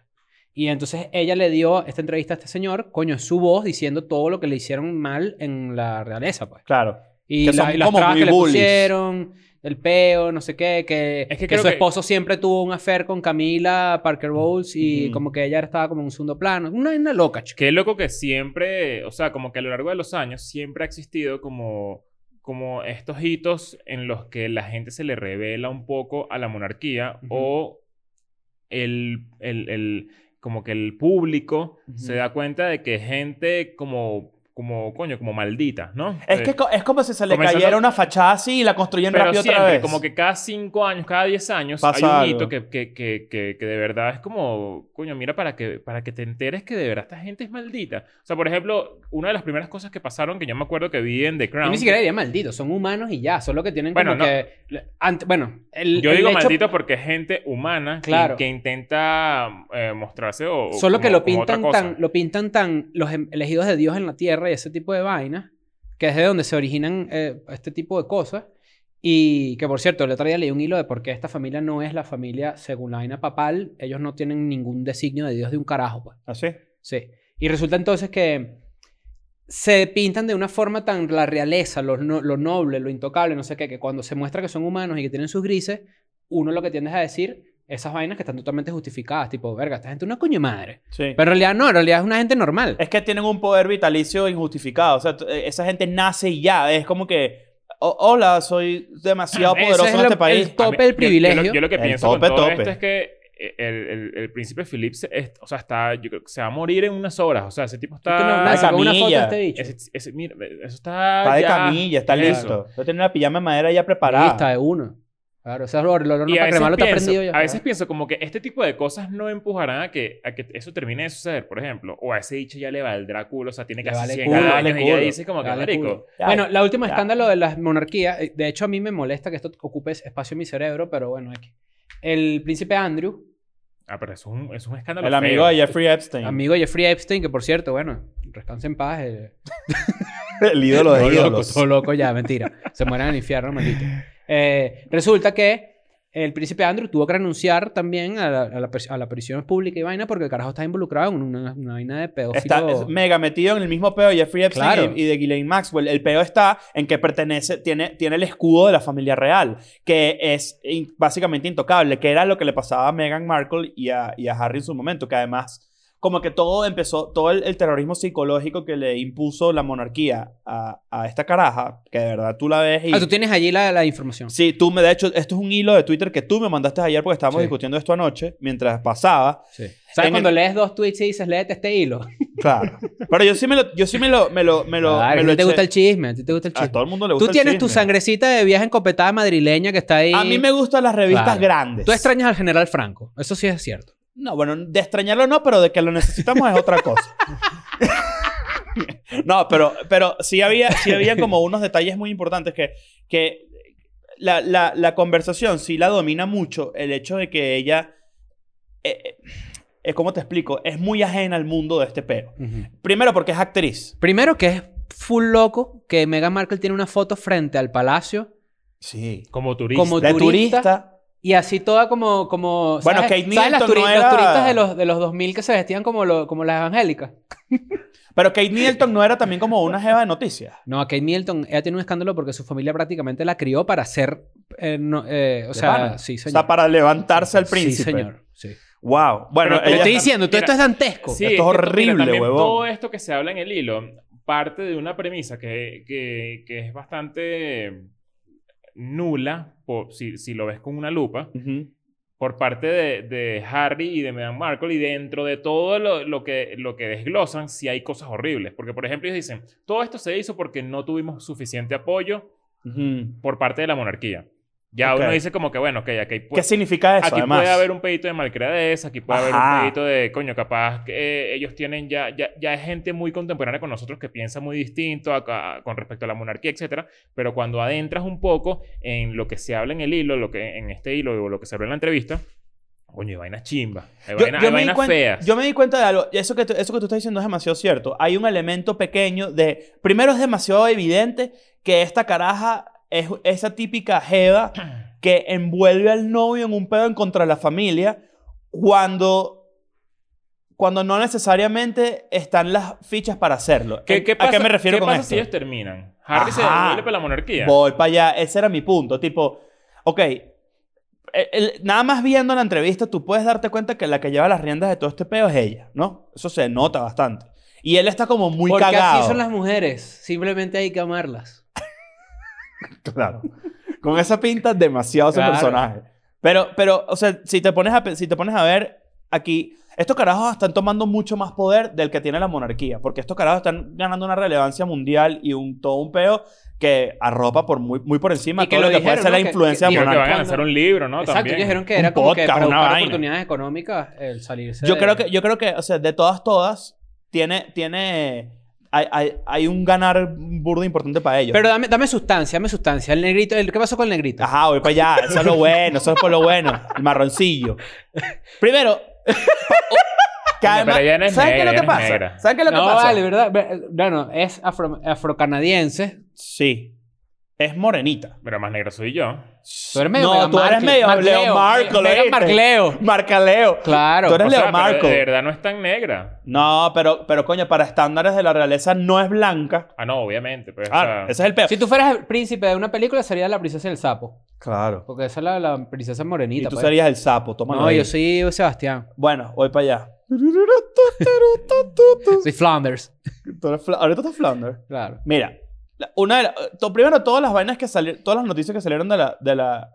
[SPEAKER 4] Y entonces ella le dio esta entrevista a este señor, coño, es su voz diciendo todo lo que le hicieron mal en la realeza, pues.
[SPEAKER 3] Claro.
[SPEAKER 4] Y,
[SPEAKER 3] Que
[SPEAKER 4] la-
[SPEAKER 3] son
[SPEAKER 4] y las
[SPEAKER 3] como
[SPEAKER 4] trabas
[SPEAKER 3] muy
[SPEAKER 4] que
[SPEAKER 3] bullies.
[SPEAKER 4] le pusieron, el peo, no sé qué, que,
[SPEAKER 2] Es que
[SPEAKER 4] que
[SPEAKER 2] creo
[SPEAKER 4] su
[SPEAKER 2] que-
[SPEAKER 4] esposo siempre tuvo un affair con Camila Parker Bowles y
[SPEAKER 3] Ujú.
[SPEAKER 4] como que ella estaba como en un segundo plano. Una, una loca, chico.
[SPEAKER 2] Qué loco que siempre, o sea, como que a lo largo de los años siempre ha existido como, como estos hitos en los que la gente se le revela un poco a la monarquía
[SPEAKER 4] Ujú.
[SPEAKER 2] o el, el- el- como que el público se
[SPEAKER 3] Ujú.
[SPEAKER 2] da cuenta de que gente como, como coño, como maldita, ¿no?
[SPEAKER 3] Es
[SPEAKER 2] Eh,
[SPEAKER 3] que co- es como si se le
[SPEAKER 2] Comenzando-
[SPEAKER 3] cayera una fachada así y la construyen
[SPEAKER 2] Pero
[SPEAKER 3] rápido
[SPEAKER 2] siempre,
[SPEAKER 3] otra vez.
[SPEAKER 2] como que cada cinco años, cada diez años,
[SPEAKER 3] Pasa
[SPEAKER 2] hay un
[SPEAKER 3] algo.
[SPEAKER 2] hito que, que, que, que, que de verdad es como, coño, mira, para que, para que te enteres que de verdad esta gente es maldita. O sea, por ejemplo, una de las primeras cosas que pasaron, que yo me acuerdo que vi en The
[SPEAKER 4] Yo
[SPEAKER 2] Crown.
[SPEAKER 4] ni siquiera diría maldito, son humanos y ya, solo que tienen
[SPEAKER 2] Bueno,
[SPEAKER 4] como
[SPEAKER 2] no.
[SPEAKER 4] que... le- ante- bueno, el,
[SPEAKER 2] yo
[SPEAKER 4] el
[SPEAKER 2] digo
[SPEAKER 4] hecho-
[SPEAKER 2] maldito porque es gente humana que-
[SPEAKER 4] Claro.
[SPEAKER 2] que, intenta eh, mostrarse o. o
[SPEAKER 4] Solo que
[SPEAKER 2] como-
[SPEAKER 4] lo
[SPEAKER 2] como otra
[SPEAKER 4] pintan,
[SPEAKER 2] cosa.
[SPEAKER 4] tan, lo pintan tan los em- elegidos de Dios en la tierra y ese tipo de vainas, que es de donde se originan eh, este tipo de cosas. Y que por cierto, el otro día leí un hilo de por qué esta familia no es la familia según la vaina papal. Ellos no tienen ningún designio de Dios de un carajo, pues.
[SPEAKER 3] Así.
[SPEAKER 4] Sí. Y resulta entonces que se pintan de una forma tan la realeza, lo, no- lo noble, lo intocable, no sé qué, que cuando se muestra que son humanos y que tienen sus grises, uno lo que tiende es a decir esas vainas que están totalmente justificadas, tipo, verga, esta gente es una coño de madre.
[SPEAKER 3] Sí.
[SPEAKER 4] Pero en realidad no, en realidad es una gente normal.
[SPEAKER 3] Es que tienen un poder vitalicio injustificado. O sea, t- eh, esa gente nace y ya. Es como que, "O- hola, soy demasiado
[SPEAKER 4] [laughs] Ese
[SPEAKER 3] poderoso
[SPEAKER 4] es
[SPEAKER 3] en
[SPEAKER 4] lo-
[SPEAKER 3] este país.
[SPEAKER 4] el tope
[SPEAKER 2] A mí- yo-
[SPEAKER 4] del
[SPEAKER 2] yo lo-
[SPEAKER 4] privilegio.
[SPEAKER 2] Yo, lo que
[SPEAKER 3] El
[SPEAKER 2] pienso
[SPEAKER 3] tope,
[SPEAKER 2] con todo
[SPEAKER 3] tope.
[SPEAKER 2] esto es que eh, el, el- el príncipe Philip se, es- o sea, está, yo creo que se va a morir en unas horas. O sea, ese tipo
[SPEAKER 4] Tú tienes-
[SPEAKER 2] está.
[SPEAKER 4] me
[SPEAKER 3] esa
[SPEAKER 4] sacó una foto de
[SPEAKER 3] camilla.
[SPEAKER 4] este bicho.
[SPEAKER 2] ese- ese- mira, eso está.
[SPEAKER 3] Está de
[SPEAKER 2] ya-
[SPEAKER 3] camilla, está
[SPEAKER 2] eso.
[SPEAKER 3] listo. Yo tengo una pijama de madera ya preparada.
[SPEAKER 4] Lista de uno. Claro, o sea, el horno
[SPEAKER 2] Y a
[SPEAKER 4] para
[SPEAKER 2] veces,
[SPEAKER 4] cremarlo está
[SPEAKER 2] pienso,
[SPEAKER 4] prendido ya.
[SPEAKER 2] a veces pienso como que este tipo de cosas no empujarán a que, a que eso termine de suceder, por ejemplo. O a ese dicho ya le valdrá culo, o sea, tiene
[SPEAKER 4] Le
[SPEAKER 2] casi
[SPEAKER 4] vale
[SPEAKER 2] 100
[SPEAKER 4] culo,
[SPEAKER 2] años
[SPEAKER 3] vale
[SPEAKER 2] y ya
[SPEAKER 3] culo,
[SPEAKER 2] dice como que
[SPEAKER 4] Dale,
[SPEAKER 2] marico.
[SPEAKER 4] culo. Bueno, la última
[SPEAKER 3] ya.
[SPEAKER 4] escándalo de las monarquías, eh, de hecho a mí me molesta que esto ocupe espacio en mi cerebro, pero bueno, aquí. El príncipe Andrew,
[SPEAKER 2] Ah, pero eso es un, eso es un escándalo
[SPEAKER 3] El amigo
[SPEAKER 2] feo.
[SPEAKER 3] de Jeffrey Epstein.
[SPEAKER 4] amigo de Jeffrey Epstein, que por cierto, bueno, descanse en paz. eh,
[SPEAKER 3] [laughs] El ídolo de
[SPEAKER 4] todo loco,
[SPEAKER 3] ídolos.
[SPEAKER 4] todo loco ya, mentira. Se mueren en el infierno, maldito. Eh, resulta que el príncipe Andrew tuvo que renunciar también a la, a la pers- a la prisión pública y vaina porque el carajo está involucrado en una, una vaina de pedófilo.
[SPEAKER 3] Está es mega metido en el mismo peo de Jeffrey Epstein
[SPEAKER 4] Claro.
[SPEAKER 3] y, y de Ghislaine Maxwell. El peo está en que pertenece, tiene, tiene el escudo de la familia real, que es in- básicamente intocable, que era lo que le pasaba a Meghan Markle y a, y a Harry en su momento, que además como que todo empezó, todo el, el terrorismo psicológico que le impuso la monarquía a, a esta caraja, que de verdad tú la ves y...
[SPEAKER 4] Ah, tú tienes allí la, la información.
[SPEAKER 3] Sí, tú me, de hecho, esto es un hilo de Twitter que tú me mandaste ayer porque estábamos
[SPEAKER 4] Sí.
[SPEAKER 3] discutiendo esto anoche, mientras pasaba.
[SPEAKER 4] Sí. ¿Sabes
[SPEAKER 3] En
[SPEAKER 4] cuando
[SPEAKER 3] el-
[SPEAKER 4] lees dos tweets y dices, léete este hilo?
[SPEAKER 3] Claro. Pero yo sí me lo, yo sí me lo, me lo, me lo,
[SPEAKER 4] Claro,
[SPEAKER 3] me
[SPEAKER 4] a
[SPEAKER 3] lo
[SPEAKER 4] ti te
[SPEAKER 3] eché.
[SPEAKER 4] gusta el chisme, a ti te gusta el
[SPEAKER 3] A
[SPEAKER 4] chisme.
[SPEAKER 3] todo el mundo le gusta
[SPEAKER 4] Tú
[SPEAKER 3] el
[SPEAKER 4] tienes tu
[SPEAKER 3] chisme.
[SPEAKER 4] sangrecita de viaje encopetada madrileña que está ahí.
[SPEAKER 3] A mí me gustan las revistas
[SPEAKER 4] Claro.
[SPEAKER 3] grandes.
[SPEAKER 4] Tú extrañas al general Franco, eso sí es cierto.
[SPEAKER 3] No, bueno, de extrañarlo no, pero de que lo necesitamos es otra cosa. [laughs] no, pero, pero sí había sí habían como unos detalles muy importantes que, que la, la- la conversación sí la domina mucho el hecho de que ella, eh, eh, ¿cómo te explico? Es muy ajena al mundo de este pelo. Primero porque es actriz.
[SPEAKER 4] Primero que es full loco que Meghan Markle tiene una foto frente al palacio
[SPEAKER 3] Sí.
[SPEAKER 2] Como turista.
[SPEAKER 4] Como-
[SPEAKER 3] De
[SPEAKER 4] turista.
[SPEAKER 3] turista.
[SPEAKER 4] y así toda como... como
[SPEAKER 3] Bueno,
[SPEAKER 4] ¿sabes?
[SPEAKER 3] Kate
[SPEAKER 4] ¿sabes
[SPEAKER 3] Middleton
[SPEAKER 4] las
[SPEAKER 3] no
[SPEAKER 4] turistas-
[SPEAKER 3] era-
[SPEAKER 4] Los turistas de los, de los 2000 que se vestían como, lo- como las evangélicas.
[SPEAKER 3] Pero Kate Middleton no era también como una jeva de noticias.
[SPEAKER 4] No, a Kate Middleton, ella tiene un escándalo porque su familia prácticamente la crió para ser... eh, no, eh, o
[SPEAKER 3] De
[SPEAKER 4] sea,
[SPEAKER 3] pana.
[SPEAKER 4] sí,
[SPEAKER 3] O
[SPEAKER 4] señor.
[SPEAKER 3] sea, para levantarse al príncipe.
[SPEAKER 4] Sí, señor. Sí.
[SPEAKER 3] Wow. Bueno,
[SPEAKER 2] Pero
[SPEAKER 4] Te
[SPEAKER 3] ella-
[SPEAKER 4] estoy diciendo, todo
[SPEAKER 2] Mira,
[SPEAKER 4] esto es dantesco.
[SPEAKER 2] Sí,
[SPEAKER 3] Esto es
[SPEAKER 2] que, mira,
[SPEAKER 3] horrible,
[SPEAKER 2] también
[SPEAKER 3] huevón.
[SPEAKER 2] Todo esto que se habla en el hilo parte de una premisa que, que, que es bastante nula, por- si, si lo ves con una lupa,
[SPEAKER 3] Ujú.
[SPEAKER 2] por parte de, de Harry y de Meghan Markle y dentro de todo lo, lo que, lo que desglosan, sí hay cosas horribles. Porque, por ejemplo, ellos dicen, todo esto se hizo porque no tuvimos suficiente apoyo
[SPEAKER 3] Ujú.
[SPEAKER 2] por parte de la monarquía. Ya
[SPEAKER 3] Ok.
[SPEAKER 2] uno dice como que, bueno, ok, aquí hay...
[SPEAKER 3] ¿Qué significa eso,
[SPEAKER 2] Pues, aquí
[SPEAKER 3] además?
[SPEAKER 2] puede haber un pedito de malcriadez, aquí puede
[SPEAKER 3] Ajá.
[SPEAKER 2] haber un pedito de, coño, capaz que eh, ellos tienen ya, ya, ya es gente muy contemporánea con nosotros que piensa muy distinto a- a- con respecto a la monarquía, etcétera, pero cuando adentras un poco en lo que se habla en el hilo, lo que, en este hilo o lo que se habla en la entrevista, coño, hay vainas chimbas, hay
[SPEAKER 3] Yo-
[SPEAKER 2] vainas,
[SPEAKER 3] yo
[SPEAKER 2] hay
[SPEAKER 3] me di
[SPEAKER 2] vainas
[SPEAKER 3] cuen-
[SPEAKER 2] feas.
[SPEAKER 3] Yo me di cuenta de algo. Eso que, tú- eso que tú estás diciendo es demasiado cierto. Hay un elemento pequeño de. Primero, es demasiado evidente que esta caraja es esa típica jeva que envuelve al novio en un pedo en contra de la familia cuando. Cuando no necesariamente están las fichas para hacerlo.
[SPEAKER 2] ¿Qué,
[SPEAKER 3] ¿En-
[SPEAKER 2] qué
[SPEAKER 3] ¿A qué
[SPEAKER 2] pasa-
[SPEAKER 3] me refiero
[SPEAKER 2] qué
[SPEAKER 3] con
[SPEAKER 2] pasa
[SPEAKER 3] esto?
[SPEAKER 2] si ellos terminan? Harry se
[SPEAKER 3] Ajá.
[SPEAKER 2] devuelve para la monarquía.
[SPEAKER 3] Voy para allá. Ese era mi punto. Tipo, ok. el- el- nada más viendo la entrevista, tú puedes darte cuenta que la que lleva las riendas de todo este peo es ella, ¿no? Eso se nota bastante. Y él está como muy
[SPEAKER 4] Porque
[SPEAKER 3] cagado.
[SPEAKER 4] así son las mujeres. Simplemente hay que amarlas.
[SPEAKER 3] [laughs] Claro. Con esa pinta, demasiado
[SPEAKER 4] Claro.
[SPEAKER 3] ese personaje. Pero, pero, o sea, si te, pones a, pe- si te pones a ver aquí, estos carajos están tomando mucho más poder del que tiene la monarquía, porque estos carajos están ganando una relevancia mundial y un, todo un peo que arropa por muy, muy por encima
[SPEAKER 4] Y que
[SPEAKER 3] todo lo,
[SPEAKER 4] lo
[SPEAKER 3] que puede
[SPEAKER 4] dijeron,
[SPEAKER 3] ser
[SPEAKER 4] ¿no?
[SPEAKER 3] la
[SPEAKER 4] Que-
[SPEAKER 3] influencia
[SPEAKER 4] que-
[SPEAKER 2] Creo que
[SPEAKER 3] monárquica.
[SPEAKER 2] van a lanzar un libro, ¿no?
[SPEAKER 4] Exacto,
[SPEAKER 2] También.
[SPEAKER 4] ellos dijeron que
[SPEAKER 3] Un
[SPEAKER 4] era como que
[SPEAKER 3] podcast,
[SPEAKER 4] para
[SPEAKER 3] una
[SPEAKER 4] buscar
[SPEAKER 3] vaina.
[SPEAKER 4] oportunidades económicas el salirse
[SPEAKER 3] Yo
[SPEAKER 4] de-
[SPEAKER 3] creo que, yo creo que, o sea, de todas, todas, tiene, tiene, hay, hay, hay un ganar burdo importante para ellos.
[SPEAKER 4] Pero dame, dame sustancia, dame sustancia. El negrito, el, ¿qué pasó con el negrito?
[SPEAKER 3] Ajá, voy para allá, eso es lo bueno, eso es por lo bueno, el marroncillo. Primero, pa- o- que
[SPEAKER 2] Coño,
[SPEAKER 3] además-
[SPEAKER 2] pero ella no es
[SPEAKER 3] ¿sabes qué es
[SPEAKER 2] negra,
[SPEAKER 3] lo que
[SPEAKER 2] ella no es
[SPEAKER 3] pasa?
[SPEAKER 2] negra.
[SPEAKER 3] ¿Sabes qué es lo
[SPEAKER 4] no,
[SPEAKER 3] que pasa?
[SPEAKER 4] vale, ¿verdad? Ve- No, no, es afro, afrocanadiense.
[SPEAKER 3] Sí, es morenita.
[SPEAKER 2] Pero más negro soy yo.
[SPEAKER 3] Este
[SPEAKER 4] Tú eres medio
[SPEAKER 3] no,
[SPEAKER 4] Meghan
[SPEAKER 3] tú eres
[SPEAKER 4] Markle.
[SPEAKER 3] medio
[SPEAKER 4] Mark
[SPEAKER 3] Leo
[SPEAKER 4] Leo,
[SPEAKER 3] Marco,
[SPEAKER 4] Meghan Markleo.
[SPEAKER 3] Marcaleo.
[SPEAKER 4] Claro.
[SPEAKER 3] Tú eres
[SPEAKER 2] O
[SPEAKER 3] Leo
[SPEAKER 2] sea, pero de-
[SPEAKER 3] Marco.
[SPEAKER 2] De verdad no es tan negra.
[SPEAKER 3] No, pero, pero coño, para estándares de la realeza no es blanca.
[SPEAKER 2] Ah, no, obviamente. Pues, o
[SPEAKER 3] Claro,
[SPEAKER 2] sea,
[SPEAKER 3] ese es el peo.
[SPEAKER 4] Si tú fueras el príncipe de una película, sería la princesa del sapo.
[SPEAKER 3] Claro.
[SPEAKER 4] Porque esa es la, la princesa
[SPEAKER 3] Y
[SPEAKER 4] morenita.
[SPEAKER 3] tú
[SPEAKER 4] pues.
[SPEAKER 3] serías el sapo, toma
[SPEAKER 4] No, yo soy Sebastián.
[SPEAKER 3] Bueno, voy para
[SPEAKER 4] [laughs]
[SPEAKER 3] allá.
[SPEAKER 4] Soy Flanders.
[SPEAKER 3] Tú eres Fla- Ahorita estás Flounder.
[SPEAKER 4] Claro.
[SPEAKER 3] Mira, la- una de la- to- primero todas las vainas que salieron, todas las noticias que salieron de la, de la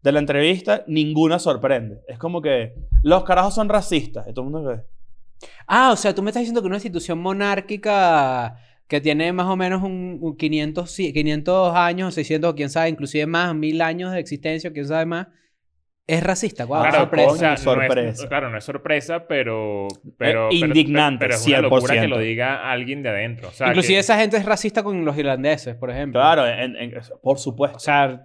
[SPEAKER 3] de la entrevista, ninguna sorprende. Es como que los carajos son racistas. Y todo el mundo que-
[SPEAKER 4] Ah, o sea, tú me estás diciendo que una institución monárquica que tiene más o menos un, un 500, sí, 500 años, 600, o quién sabe, inclusive más, 1000 años de existencia, quién sabe más, es racista. Guau,
[SPEAKER 3] Claro,
[SPEAKER 4] sorpresa.
[SPEAKER 2] o sea,
[SPEAKER 3] Coño,
[SPEAKER 2] no es-
[SPEAKER 3] Ah, sorpresa.
[SPEAKER 2] claro, no es sorpresa, pero... pero
[SPEAKER 3] Eh,
[SPEAKER 2] pero-
[SPEAKER 3] indignante,
[SPEAKER 2] Pero, es una locura
[SPEAKER 3] 100%.
[SPEAKER 2] que lo diga alguien de adentro. O sea,
[SPEAKER 4] inclusive
[SPEAKER 2] que-
[SPEAKER 4] esa gente es racista con los irlandeses, por ejemplo.
[SPEAKER 3] Claro, en- en- por supuesto.
[SPEAKER 4] O sea,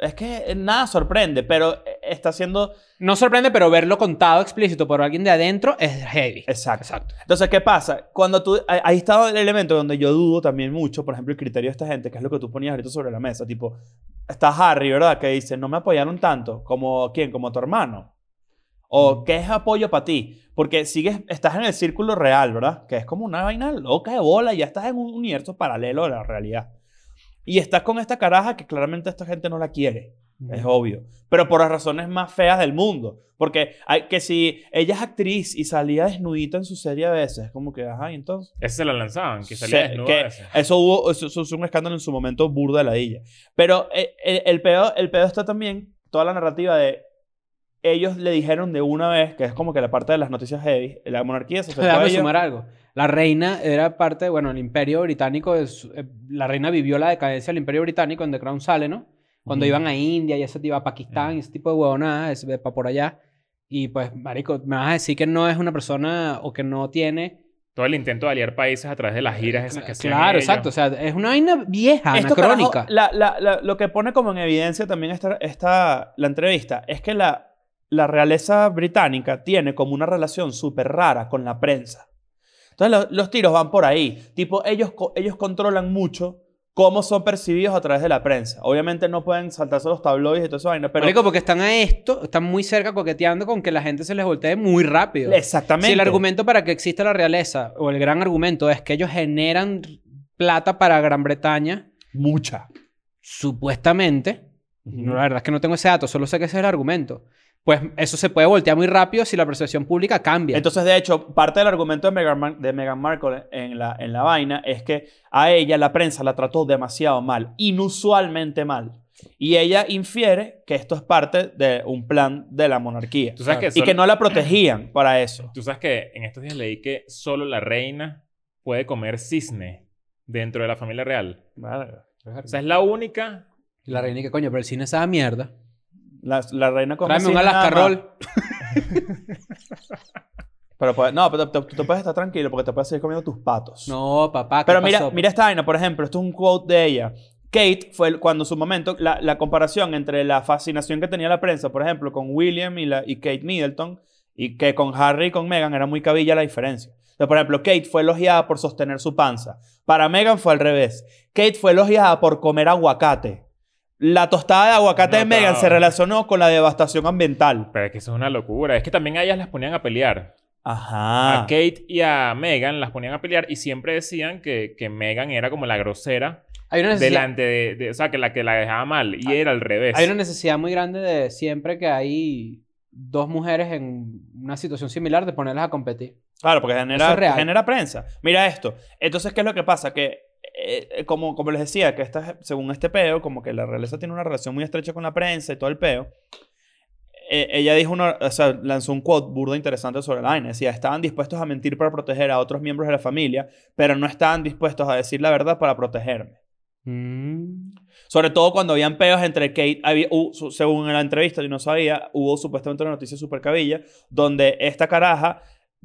[SPEAKER 3] Es que nada sorprende, pero eh, está siendo...
[SPEAKER 4] no sorprende, pero verlo contado explícito por alguien de adentro es heavy.
[SPEAKER 3] Exacto.
[SPEAKER 4] Exacto.
[SPEAKER 3] Entonces, ¿qué pasa? Cuando tú... ahí- Ahí está el elemento donde yo dudo también mucho, por ejemplo, el criterio de esta gente, que es lo que tú ponías ahorita sobre la mesa. Tipo, está Harry, ¿verdad? Que dice, no me apoyaron tanto. ¿Como quién? Como tu hermano. ¿O qué es apoyo para ti? Porque sigues, estás en el círculo real, ¿verdad? Que es como una vaina loca de bola y ya estás en un universo paralelo a la realidad. Y estás con esta caraja que claramente esta gente no la quiere. Es obvio. Pero por las razones más feas del mundo. Porque hay, que si ella es actriz y salía desnudita en su serie a veces, como que, ajá, y entonces.
[SPEAKER 2] Ese se la lanzaban, que salía
[SPEAKER 3] Se-
[SPEAKER 2] desnudo
[SPEAKER 3] que
[SPEAKER 2] a veces.
[SPEAKER 3] eso hubo, eso, eso es un escándalo en su momento burda de la ella. Pero eh, el, el, pedo, el pedo está también, toda la narrativa de. Ellos le dijeron de una vez, que es como que la parte de las noticias heavy, la monarquía se acercó a
[SPEAKER 4] Déjame
[SPEAKER 3] ellos.
[SPEAKER 4] sumar algo. La reina era parte, bueno, el imperio británico, es- eh, la reina vivió la decadencia del imperio británico en The Crown sale, ¿no? Cuando
[SPEAKER 3] Ujú.
[SPEAKER 4] iban a India y ese tipo, a Pakistán, y ese tipo de huevonadas, para por allá. Y pues, marico, me vas a decir que no es una persona o que no tiene...
[SPEAKER 2] Todo el intento de aliar países a través de las giras esas que hacían
[SPEAKER 4] Claro,
[SPEAKER 2] ellos.
[SPEAKER 4] exacto. O sea, es una vaina vieja,
[SPEAKER 3] Esto,
[SPEAKER 4] anacrónica.
[SPEAKER 3] carajo, la- la- la- lo que pone como en evidencia también esta, esta- la entrevista es que la, la realeza británica tiene como una relación súper rara con la prensa. Entonces lo- los tiros van por ahí. Tipo, ellos, co- ellos controlan mucho cómo son percibidos a través de la prensa. Obviamente no pueden saltarse los tabloides y toda esa vaina, pero...
[SPEAKER 4] Marico, porque están a esto, están muy cerca coqueteando con que la gente se les voltee muy rápido.
[SPEAKER 3] Exactamente.
[SPEAKER 4] Si el argumento para que exista la realeza, o el gran argumento, es que ellos generan plata para Gran Bretaña,
[SPEAKER 3] Mucha.
[SPEAKER 4] supuestamente, no, la verdad es que no tengo ese dato, solo sé que ese es el argumento, pues eso se puede voltear muy rápido si la percepción pública cambia.
[SPEAKER 3] Entonces, de hecho, parte del argumento de Meghan, Mar- de Meghan Markle en la, en la vaina es que a ella la prensa la trató demasiado mal, inusualmente mal. Y ella infiere que esto es parte de un plan de la monarquía.
[SPEAKER 2] Tú sabes que
[SPEAKER 3] Y
[SPEAKER 2] solo-
[SPEAKER 3] que no la protegían para eso.
[SPEAKER 2] Tú sabes que en estos días leí que solo la reina puede comer cisne dentro de la familia real. O sea, es la única.
[SPEAKER 4] Y la reina, que coño, pero el cine es esa mierda.
[SPEAKER 3] La, la reina come
[SPEAKER 4] Tráeme un
[SPEAKER 3] cine nada
[SPEAKER 4] Alaska
[SPEAKER 3] más.
[SPEAKER 4] Roll.
[SPEAKER 3] Pero pues, no, pero te- te- tú puedes estar tranquilo porque te puedes seguir comiendo tus patos.
[SPEAKER 4] No, papá. ¿qué
[SPEAKER 3] Pero mira,
[SPEAKER 2] pues?
[SPEAKER 4] pasó?
[SPEAKER 3] mira esta vaina, por ejemplo, esto es un quote de ella. Kate fue el- cuando en su momento, la, la comparación entre la fascinación que tenía la prensa, por ejemplo, con William y, la, y Kate Middleton, y que con Harry y con Meghan era muy cabilla la diferencia. Entonces, por ejemplo, Kate fue elogiada por sostener su panza. Para Meghan fue al revés. Kate fue elogiada por comer aguacate. La tostada de aguacate de
[SPEAKER 2] No,
[SPEAKER 3] Meghan
[SPEAKER 2] no.
[SPEAKER 3] se relacionó con la devastación ambiental.
[SPEAKER 2] Pero es que eso es una locura. Es que también a ellas las ponían a pelear.
[SPEAKER 3] Ajá.
[SPEAKER 2] A Kate y a Megan las ponían a pelear y siempre decían que, que Megan era como la grosera
[SPEAKER 4] Hay una necesidad.
[SPEAKER 2] delante de, de- O sea, que la que la dejaba mal. Y era al revés.
[SPEAKER 4] Ah, Hay una necesidad muy grande de siempre que hay dos mujeres en una situación similar de ponerlas a competir.
[SPEAKER 3] Claro, porque
[SPEAKER 4] Eso
[SPEAKER 3] genera,
[SPEAKER 4] es real.
[SPEAKER 3] genera prensa. Mira esto. Entonces, ¿qué es lo que pasa? Que, eh, eh, como, como les decía, que esta, es- según este peo, como que la realeza tiene una relación muy estrecha con la prensa y todo el peo. eh, ella dijo una, o sea, lanzó un quote burdo interesante sobre la vaina. Decía, estaban dispuestos a mentir para proteger a otros miembros de la familia, pero no estaban dispuestos a decir la verdad para protegerme.
[SPEAKER 2] Mm.
[SPEAKER 3] Sobre todo cuando habían peos entre Kate, había- hu- su- según en la entrevista, yo no sabía, hubo supuestamente una noticia super cabilla, donde esta caraja,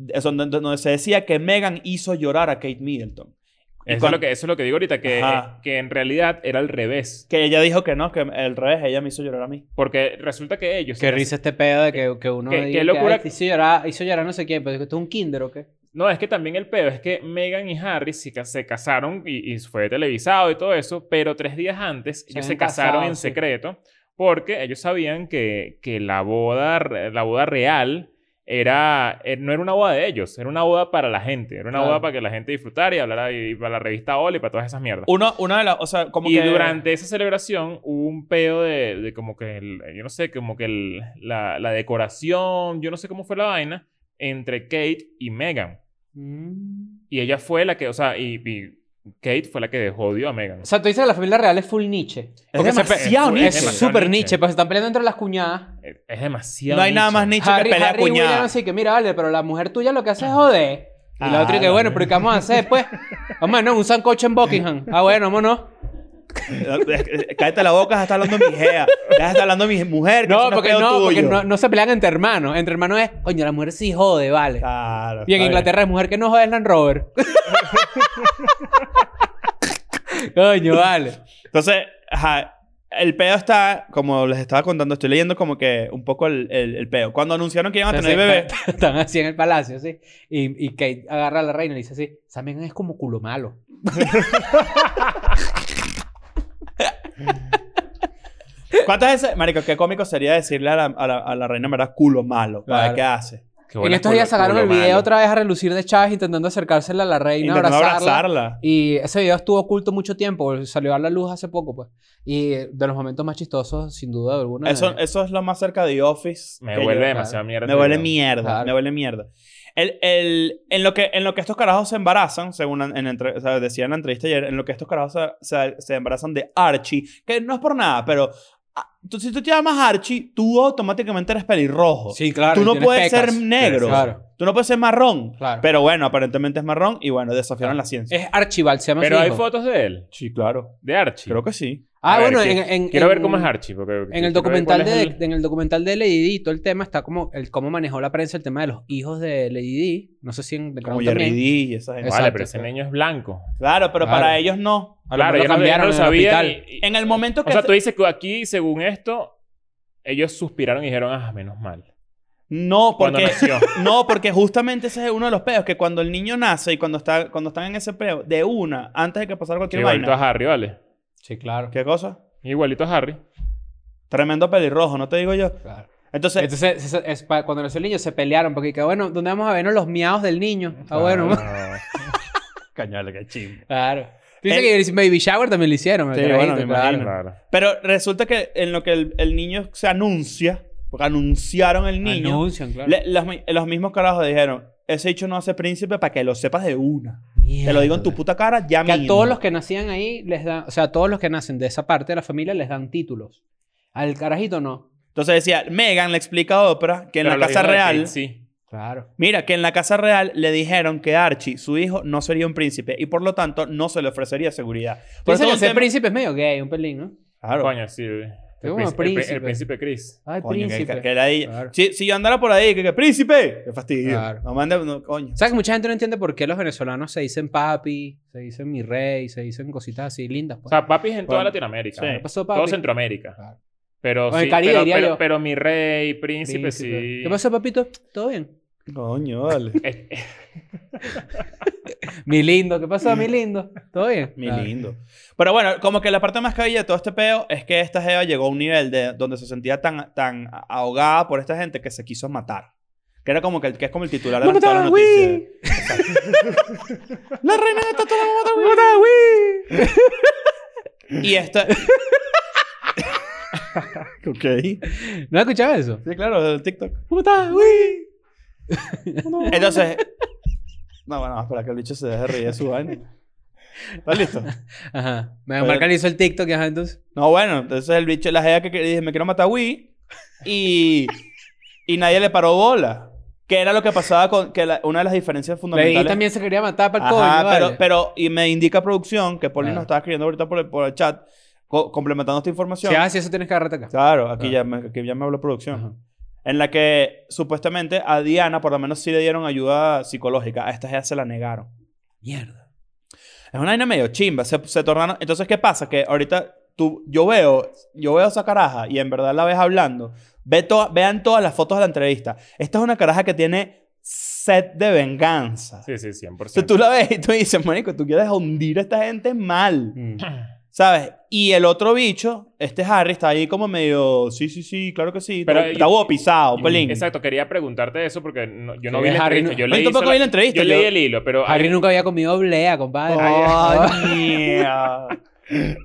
[SPEAKER 3] es donde, donde se decía que Megan hizo llorar a Kate Middleton. Y
[SPEAKER 2] Eso, es
[SPEAKER 3] cuando-
[SPEAKER 2] lo que, eso es lo que digo ahorita, que,
[SPEAKER 3] Ajá.
[SPEAKER 2] que en realidad era al revés.
[SPEAKER 3] que ella dijo que no, que al revés, ella me hizo llorar a mí.
[SPEAKER 2] Porque resulta que ellos...
[SPEAKER 4] Qué risa este pedo de que, que uno
[SPEAKER 2] Qué-
[SPEAKER 4] diga
[SPEAKER 2] qué
[SPEAKER 4] que,
[SPEAKER 2] locura
[SPEAKER 4] "Ay, hizo llorar, hizo llorar no sé quién, pero esto es un kinder o qué.
[SPEAKER 2] No, es que también el pedo es que Megan y Harry se, ca- se casaron y, y fue televisado y todo eso, pero tres días antes ellos se
[SPEAKER 4] habían
[SPEAKER 2] casaron
[SPEAKER 4] casado,
[SPEAKER 2] en
[SPEAKER 4] sí.
[SPEAKER 2] secreto porque ellos sabían que, que la, boda, re- la boda real era, eh, no era una boda de ellos, era una boda para la gente, era una
[SPEAKER 4] Claro.
[SPEAKER 2] boda para que la gente disfrutara y hablara y, y para la revista Oli y para todas esas mierdas.
[SPEAKER 3] Uno, una de las, o sea, como
[SPEAKER 2] y
[SPEAKER 3] que...
[SPEAKER 2] durante esa celebración hubo un pedo de, de como que, el- yo no sé, como que el- la, la decoración, yo no sé cómo fue la vaina, entre Kate y Megan. Y ella fue la que, o sea, y, y Kate fue la que dejó odio a Megan.
[SPEAKER 4] O sea, tú dices que la familia real es full niche.
[SPEAKER 3] Es
[SPEAKER 2] Porque se pe-
[SPEAKER 3] demasiado
[SPEAKER 2] es- es
[SPEAKER 3] niche.
[SPEAKER 4] Es súper
[SPEAKER 2] niche.
[SPEAKER 4] niche, pues se están peleando entre las cuñadas.
[SPEAKER 2] Es, es demasiado.
[SPEAKER 3] No hay nada más niche que
[SPEAKER 4] Harry,
[SPEAKER 3] pelea
[SPEAKER 4] Harry y
[SPEAKER 3] cuñada.
[SPEAKER 4] William así que mira, vale, pero la mujer tuya lo que hace es joder. Y la otra y que
[SPEAKER 3] Ah,
[SPEAKER 4] bueno,
[SPEAKER 3] la
[SPEAKER 4] pero ¿y ¿qué vamos a
[SPEAKER 3] [laughs]
[SPEAKER 4] hacer después? Vamos, no, un sancocho en Buckingham. Ah, bueno, vámonos.
[SPEAKER 3] Eh, Cállate la boca, estás hablando de mi jea. Ya estás hablando de mi mujer, que
[SPEAKER 4] [laughs] No,
[SPEAKER 3] eso
[SPEAKER 4] porque
[SPEAKER 3] es
[SPEAKER 4] no,
[SPEAKER 3] peo
[SPEAKER 4] porque
[SPEAKER 3] tuyo.
[SPEAKER 4] no, no se pelean entre hermanos. Entre hermanos es, coño, la mujer sí jode, vale.
[SPEAKER 3] Claro.
[SPEAKER 4] Y en
[SPEAKER 3] está
[SPEAKER 4] Inglaterra es mujer que no jode es Land Rover. [laughs] coño, vale.
[SPEAKER 3] Entonces, ajá, el peo está, como les estaba contando, estoy leyendo como que un poco el, el, el peo. Cuando anunciaron que iban a
[SPEAKER 4] Entonces,
[SPEAKER 3] tener Ah, bebé,
[SPEAKER 4] están- [laughs] Están así en el palacio, sí. Y, y Kate agarra a la reina y le dice así, Samen es como culo malo.
[SPEAKER 3] ¿cuántas veces, marico, qué cómico sería decirle a la, a la, a la reina, en verdad, culo malo? ¿Para
[SPEAKER 4] Claro.
[SPEAKER 3] qué hace?
[SPEAKER 4] en estos días sacaron el video otra vez a relucir de Chávez intentando acercársela a la reina,
[SPEAKER 3] Intentando
[SPEAKER 4] abrazarla.
[SPEAKER 3] abrazarla.
[SPEAKER 4] Y ese video estuvo oculto mucho tiempo, salió a la luz hace poco, pues. Y de los momentos más chistosos, sin duda alguna.
[SPEAKER 3] Eso,
[SPEAKER 4] es
[SPEAKER 3] eso es lo más cerca de Office.
[SPEAKER 2] Me
[SPEAKER 3] que
[SPEAKER 2] huele
[SPEAKER 3] yo-
[SPEAKER 2] demasiada mierda.
[SPEAKER 3] Me
[SPEAKER 2] el
[SPEAKER 3] huele
[SPEAKER 2] video.
[SPEAKER 3] mierda,
[SPEAKER 4] Claro.
[SPEAKER 3] me huele mierda. El, el- en, lo que, en lo que estos carajos se embarazan, según en, en entre- o sea, decía en la entrevista ayer, en lo que estos carajos se, se- se embarazan de Archie, que no es por nada, pero ah, tú- si tú te llamas Archie, tú automáticamente eres pelirrojo.
[SPEAKER 4] Sí, claro.
[SPEAKER 3] tú
[SPEAKER 4] y
[SPEAKER 3] no
[SPEAKER 4] tienes
[SPEAKER 3] puedes
[SPEAKER 4] pecas.
[SPEAKER 3] ser negro.
[SPEAKER 4] Claro.
[SPEAKER 3] Tú no puedes ser marrón.
[SPEAKER 4] Claro.
[SPEAKER 3] Pero bueno, aparentemente es marrón y bueno, desafiaron la ciencia.
[SPEAKER 4] Es Archibald, se llama
[SPEAKER 2] Pero
[SPEAKER 4] su
[SPEAKER 2] hay
[SPEAKER 4] hijo.
[SPEAKER 2] fotos de él,
[SPEAKER 3] Sí, claro.
[SPEAKER 2] de Archie.
[SPEAKER 3] Creo que sí.
[SPEAKER 4] Ah,
[SPEAKER 2] A ver,
[SPEAKER 4] bueno, en,
[SPEAKER 2] quiero-
[SPEAKER 4] en-
[SPEAKER 2] Quiero ver
[SPEAKER 4] en-
[SPEAKER 2] cómo es Archie. Porque
[SPEAKER 4] En el, documental de, en el documental de Lady Di, todo el tema está como el cómo manejó la prensa el tema de los hijos de Lady Di. No sé si en el
[SPEAKER 3] Como
[SPEAKER 4] canal
[SPEAKER 3] Jerry
[SPEAKER 4] también.
[SPEAKER 3] D y esa gente.
[SPEAKER 2] Vale,
[SPEAKER 4] Exacto.
[SPEAKER 2] pero ese niño es blanco.
[SPEAKER 3] Claro, pero
[SPEAKER 4] Claro.
[SPEAKER 3] para ellos no.
[SPEAKER 4] A lo mejor
[SPEAKER 2] yo no-
[SPEAKER 4] lo
[SPEAKER 2] yo no
[SPEAKER 4] cambiaron
[SPEAKER 2] lo
[SPEAKER 4] en el
[SPEAKER 2] sabía.
[SPEAKER 4] hospital.
[SPEAKER 2] y- y-
[SPEAKER 3] En el momento que.
[SPEAKER 2] O sea,
[SPEAKER 3] te-
[SPEAKER 2] tú dices que aquí, según esto, ellos suspiraron y dijeron, ah, menos mal.
[SPEAKER 3] No,
[SPEAKER 2] Cuando
[SPEAKER 3] porque. [laughs]
[SPEAKER 2] nació.
[SPEAKER 3] No, porque justamente ese es uno de los peos, que cuando el niño nace y cuando, está, cuando están en ese peo, de una, antes de que pasara cualquier
[SPEAKER 2] Igualito
[SPEAKER 3] vaina.
[SPEAKER 2] a Harry, ¿vale?
[SPEAKER 4] Sí, claro.
[SPEAKER 3] ¿Qué cosa?
[SPEAKER 2] Igualito a Harry.
[SPEAKER 3] Tremendo pelirrojo, no te digo yo.
[SPEAKER 4] claro.
[SPEAKER 3] Entonces,
[SPEAKER 4] Entonces, se- se- es pa- cuando nació el niño se pelearon porque, que, bueno, ¿dónde vamos a vernos los miados del niño? Ah, bueno.
[SPEAKER 2] Ah,
[SPEAKER 3] [laughs] cañale, qué chimbo.
[SPEAKER 4] Claro. Tú dices
[SPEAKER 3] El-
[SPEAKER 4] que el Baby Shower también lo hicieron. el
[SPEAKER 3] Sí, bueno,
[SPEAKER 4] carajito,
[SPEAKER 3] me
[SPEAKER 4] claro.
[SPEAKER 3] imagino.
[SPEAKER 2] claro.
[SPEAKER 3] Pero resulta que en lo que el, el niño se anuncia, porque anunciaron el niño,
[SPEAKER 4] Anuncian, claro.
[SPEAKER 3] le- los, mi- los mismos carajos dijeron, ese hecho no hace príncipe para que lo sepas de una. Te lo digo en tu puta cara, ya
[SPEAKER 4] Que a
[SPEAKER 3] mismo.
[SPEAKER 4] todos los que nacían ahí les dan, o sea, a todos los que nacen de esa parte de la familia les dan títulos. Al carajito no.
[SPEAKER 3] Entonces decía, Megan le explica a Oprah que en
[SPEAKER 2] Pero
[SPEAKER 3] la
[SPEAKER 2] los
[SPEAKER 3] casa
[SPEAKER 2] hijos de
[SPEAKER 3] real...
[SPEAKER 2] Kate sí.
[SPEAKER 4] Claro.
[SPEAKER 3] Mira, que en la Casa Real le dijeron que Archie, su hijo, no sería un príncipe y por lo tanto no se le ofrecería seguridad. Por eso
[SPEAKER 4] Piensa que
[SPEAKER 3] es
[SPEAKER 4] ser
[SPEAKER 3] Pues un tema-
[SPEAKER 4] príncipe es medio gay, un pelín, ¿no?
[SPEAKER 3] Claro.
[SPEAKER 2] Coño, sí. El,
[SPEAKER 4] como
[SPEAKER 2] príncipe- el pr- el
[SPEAKER 4] príncipe.
[SPEAKER 2] príncipe Chris.
[SPEAKER 4] Ay,
[SPEAKER 3] Coño, que-
[SPEAKER 4] príncipe.
[SPEAKER 3] que- que la-
[SPEAKER 4] Claro.
[SPEAKER 3] si, si yo andara por ahí, que, que, príncipe, qué fastidio.
[SPEAKER 4] Claro.
[SPEAKER 3] No mande, no, coño.
[SPEAKER 4] ¿Sabes que mucha gente no entiende por qué los venezolanos se dicen papi, se dicen mi rey, se dicen cositas así lindas?
[SPEAKER 2] O
[SPEAKER 4] Pues.
[SPEAKER 2] sea, papis en toda
[SPEAKER 3] Bueno,
[SPEAKER 2] Latinoamérica.
[SPEAKER 3] sí.
[SPEAKER 4] ¿Qué pasó, papi?
[SPEAKER 2] Todo Centroamérica.
[SPEAKER 4] Claro.
[SPEAKER 2] Pero
[SPEAKER 4] O en
[SPEAKER 2] sí,
[SPEAKER 4] el Caribe,
[SPEAKER 2] pero,
[SPEAKER 4] diría
[SPEAKER 2] pero-
[SPEAKER 4] yo.
[SPEAKER 2] pero mi rey, príncipe, sí.
[SPEAKER 4] Príncipe. ¿Qué pasó, papito? ¿Todo bien?
[SPEAKER 3] Coño,
[SPEAKER 4] [laughs]
[SPEAKER 3] vale.
[SPEAKER 2] Eh, eh,
[SPEAKER 4] Mi lindo, ¿qué pasó, mi lindo? ¿Todo bien?
[SPEAKER 3] Mi
[SPEAKER 4] Claro.
[SPEAKER 3] lindo. Pero bueno, como que la parte más cabilla de todo este peo es que esta Jeva llegó a un nivel de donde se sentía tan, tan ahogada por esta gente que se quiso matar. Que era como que, el, que es como el titular de
[SPEAKER 4] ¡Vamos a
[SPEAKER 3] todas
[SPEAKER 4] matar
[SPEAKER 3] las
[SPEAKER 4] a
[SPEAKER 3] noticias.
[SPEAKER 4] Wii!
[SPEAKER 3] La reina de Tatooine va a matar a
[SPEAKER 4] ¡Vamos a matar a Wii!
[SPEAKER 3] Will. Y
[SPEAKER 4] [laughs]
[SPEAKER 3] esta. [laughs] ok.
[SPEAKER 4] ¿No has escuchado eso?
[SPEAKER 3] Sí, claro, del TikTok.
[SPEAKER 4] ¡Vamos a matar a Wii!
[SPEAKER 3] Entonces. No, bueno, espera que el bicho se deje reír de su vaina. ¿Estás listo?
[SPEAKER 4] Ajá. Me
[SPEAKER 3] Pero-
[SPEAKER 4] marca le hizo el TikTok, ajá, entonces.
[SPEAKER 3] No, bueno, entonces el bicho, la jeva que que dije, me quiero matar a Wii. Y. Y nadie le paró bola. Que era lo que pasaba con. Que la- una de las diferencias fundamentales.
[SPEAKER 4] Leí también se quería matar para el coño,
[SPEAKER 3] ¿eh? Ajá, pero,
[SPEAKER 4] vale.
[SPEAKER 3] pero. Y me indica producción que Poli
[SPEAKER 4] Ah.
[SPEAKER 3] nos estaba escribiendo ahorita por el, por el chat, co- complementando esta información.
[SPEAKER 4] Si haces ah, eso, tienes que agarrarte acá.
[SPEAKER 3] Claro, aquí,
[SPEAKER 4] Ah.
[SPEAKER 3] ya me, aquí ya me habló producción.
[SPEAKER 4] Ajá.
[SPEAKER 3] En la que supuestamente a Diana, por lo menos, sí le dieron ayuda psicológica. A estas ya se la negaron.
[SPEAKER 4] Mierda.
[SPEAKER 3] Es una vaina medio chimba. Se, se tornaron. Entonces, ¿qué pasa? Que ahorita tú, yo veo, yo veo a esa caraja y en verdad la ves hablando. Ve to- vean todas las fotos de la entrevista. Esta es una caraja que tiene set de venganza.
[SPEAKER 2] sí, sí, 100%.
[SPEAKER 3] O sea, tú la ves y tú dices, Mónico, tú quieres hundir a esta gente mal.
[SPEAKER 4] Mm.
[SPEAKER 3] ¿Sabes? Y el otro bicho, este Harry, está ahí como medio, sí, sí, sí, claro que sí.
[SPEAKER 2] Pero
[SPEAKER 3] Pero,
[SPEAKER 2] yo-
[SPEAKER 3] está guapizado, pelín.
[SPEAKER 2] Mm, Exacto, quería preguntarte eso porque no- yo no
[SPEAKER 4] Sí,
[SPEAKER 2] vi la
[SPEAKER 4] Harry
[SPEAKER 2] entrevista.
[SPEAKER 4] no-
[SPEAKER 2] Yo
[SPEAKER 3] Yo
[SPEAKER 2] leí,
[SPEAKER 3] tampoco
[SPEAKER 2] sola-
[SPEAKER 3] vi la entrevista.
[SPEAKER 2] yo leí
[SPEAKER 3] yo-
[SPEAKER 2] el hilo, pero hay-
[SPEAKER 4] Harry nunca había comido oblea, compadre.
[SPEAKER 3] Oh,
[SPEAKER 4] Ay,
[SPEAKER 3] mierda.
[SPEAKER 4] Y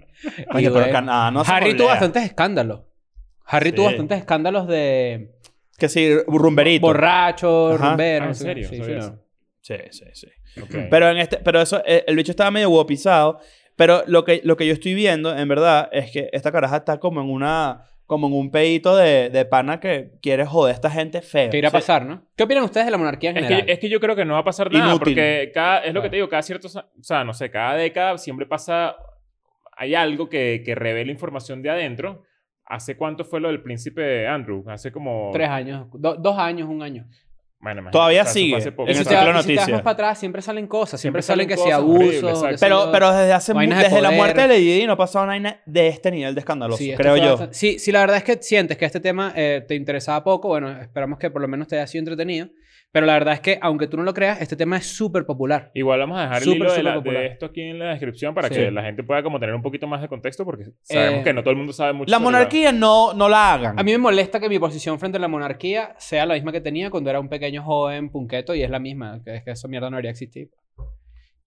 [SPEAKER 3] Oye, pero
[SPEAKER 4] bueno.
[SPEAKER 3] Canadá no hace
[SPEAKER 4] Harry tuvo
[SPEAKER 3] polea.
[SPEAKER 4] bastantes escándalos. Harry
[SPEAKER 3] Sí.
[SPEAKER 4] tuvo bastantes escándalos de
[SPEAKER 3] Que sí, rumberito.
[SPEAKER 4] borracho,
[SPEAKER 3] Ajá.
[SPEAKER 4] rumbero.
[SPEAKER 2] Ah, ¿en
[SPEAKER 4] sí,
[SPEAKER 2] serio?
[SPEAKER 4] Sí,
[SPEAKER 2] Sabía
[SPEAKER 4] sí,
[SPEAKER 2] eso.
[SPEAKER 3] Sí, sí, sí.
[SPEAKER 2] Ok.
[SPEAKER 3] Pero en este, pero eso, eh, el bicho estaba medio guapizado. Pero lo que, lo que yo estoy viendo, en verdad, es que esta caraja está como en una, como en un pedito de, de pana que quiere joder a esta gente feo.
[SPEAKER 4] ¿Qué irá a
[SPEAKER 3] O sea,
[SPEAKER 4] pasar, no? ¿Qué opinan ustedes de la monarquía en
[SPEAKER 2] Es
[SPEAKER 4] general?
[SPEAKER 2] que, es que yo creo que no va a pasar nada,
[SPEAKER 3] Inútil.
[SPEAKER 2] porque cada, es lo que
[SPEAKER 4] Claro.
[SPEAKER 2] te digo, cada cierto, o sea, no sé, cada década siempre pasa, hay algo que, que revela información de adentro. ¿Hace cuánto fue lo del príncipe Andrew? Hace como...
[SPEAKER 4] Tres años, do- dos años, un año.
[SPEAKER 2] Bueno, imagínate,
[SPEAKER 3] Todavía
[SPEAKER 2] eso fue
[SPEAKER 3] sigue.
[SPEAKER 2] hace poco.
[SPEAKER 3] En
[SPEAKER 4] Y
[SPEAKER 3] el
[SPEAKER 4] si, te,
[SPEAKER 2] Exacto.
[SPEAKER 3] ciclo
[SPEAKER 4] y si te vas
[SPEAKER 3] noticia.
[SPEAKER 4] más para atrás, siempre salen cosas. Siempre,
[SPEAKER 2] Siempre salen
[SPEAKER 4] salen, que si
[SPEAKER 2] cosas
[SPEAKER 4] abuso.
[SPEAKER 2] horribles, exacto.
[SPEAKER 4] que si
[SPEAKER 3] Pero,
[SPEAKER 4] lo-
[SPEAKER 3] pero desde hace mu-
[SPEAKER 4] Vainas de
[SPEAKER 3] desde la
[SPEAKER 4] poder.
[SPEAKER 3] muerte de Lady Di no pasaba una vaina de este nivel de escandaloso,
[SPEAKER 4] Sí, esto
[SPEAKER 3] creo
[SPEAKER 4] fue
[SPEAKER 3] yo.
[SPEAKER 4] bastante- Sí, sí, la verdad es que sientes que este tema eh, te interesaba poco. Bueno, esperamos que por lo menos te haya sido entretenido. Pero la verdad es que, aunque tú no lo creas, este tema es súper popular.
[SPEAKER 2] Igual vamos a dejar el
[SPEAKER 4] Súper,
[SPEAKER 2] hilo de,
[SPEAKER 4] súper
[SPEAKER 2] la- de
[SPEAKER 4] popular.
[SPEAKER 2] esto aquí en la descripción para
[SPEAKER 4] Sí.
[SPEAKER 2] que la gente pueda como tener un poquito más de contexto porque sabemos
[SPEAKER 4] Eh,
[SPEAKER 2] que no todo el mundo sabe mucho.
[SPEAKER 3] La
[SPEAKER 2] sobre
[SPEAKER 3] monarquía no, no la hagan.
[SPEAKER 4] A mí me molesta que mi posición frente a la monarquía sea la misma que tenía cuando era un pequeño joven punqueto y es la misma. Que es que esa mierda no debería existir.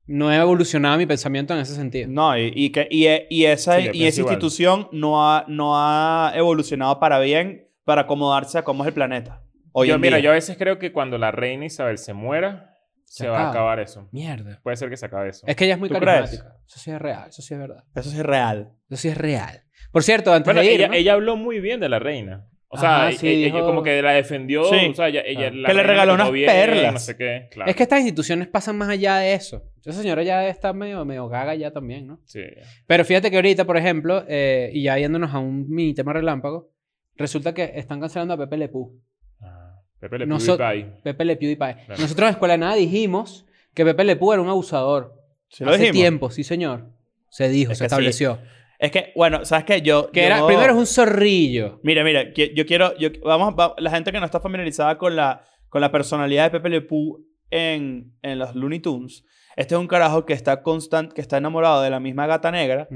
[SPEAKER 4] No he evolucionado mi pensamiento en ese sentido.
[SPEAKER 3] No, y, y que, y, e- y esa,
[SPEAKER 2] Sí, yo
[SPEAKER 3] y esa
[SPEAKER 2] pienso igual.
[SPEAKER 3] institución no ha, no ha evolucionado para bien, para acomodarse a cómo es el planeta. Hoy
[SPEAKER 2] yo,
[SPEAKER 3] en
[SPEAKER 2] mira,
[SPEAKER 3] día.
[SPEAKER 2] yo a veces creo que cuando la reina Isabel se muera, se, va
[SPEAKER 4] acaba.
[SPEAKER 2] a acabar eso.
[SPEAKER 4] Mierda.
[SPEAKER 2] Puede ser que se acabe eso.
[SPEAKER 4] Es que ella es muy
[SPEAKER 3] ¿Tú crees?
[SPEAKER 4] carismática. Eso sí es real, eso sí es verdad.
[SPEAKER 3] Eso sí es real.
[SPEAKER 4] Eso sí es real. Por cierto, antes
[SPEAKER 2] Bueno,
[SPEAKER 4] de ir,
[SPEAKER 2] ella,
[SPEAKER 4] ¿no?
[SPEAKER 2] ella habló muy bien de la reina. O sea, e,
[SPEAKER 4] Ajá, sí,
[SPEAKER 2] ella,
[SPEAKER 4] dijo-
[SPEAKER 2] como que la defendió.
[SPEAKER 3] Sí.
[SPEAKER 2] O sea, ella, ella-
[SPEAKER 4] Ah.
[SPEAKER 2] la
[SPEAKER 3] Que
[SPEAKER 2] reina
[SPEAKER 3] le regaló
[SPEAKER 2] trató
[SPEAKER 3] unas perlas.
[SPEAKER 2] No sé qué. Claro.
[SPEAKER 4] Es que estas instituciones pasan más allá de eso. Esa señora ya está medio, medio gaga ya también, ¿no?
[SPEAKER 2] Sí.
[SPEAKER 4] Pero fíjate que ahorita, por ejemplo, eh, y ya yéndonos a un mini tema relámpago, resulta que están cancelando a Pepe Le Pew.
[SPEAKER 2] Ah, Pepe le
[SPEAKER 4] No
[SPEAKER 2] pidió
[SPEAKER 4] so- Pepe Le Pew y Pae.
[SPEAKER 2] Claro.
[SPEAKER 4] Nosotros en Escuela de Nada dijimos que Pepe Le Pew era un abusador.
[SPEAKER 3] Sí lo
[SPEAKER 4] Hace
[SPEAKER 3] dijimos.
[SPEAKER 4] tiempo, sí señor. Se dijo,
[SPEAKER 3] Es
[SPEAKER 4] se
[SPEAKER 3] que sí.
[SPEAKER 4] estableció.
[SPEAKER 3] Es que, bueno, ¿sabes qué? Yo.
[SPEAKER 4] Que era,
[SPEAKER 3] yo-
[SPEAKER 4] primero es un zorrillo.
[SPEAKER 3] Mira, mira, que- yo quiero. Yo, vamos, va- la gente que no está familiarizada con la, con la personalidad de Pepe Le Pew en, en los Looney Tunes. Este es un carajo que está constant, que está enamorado de la misma gata negra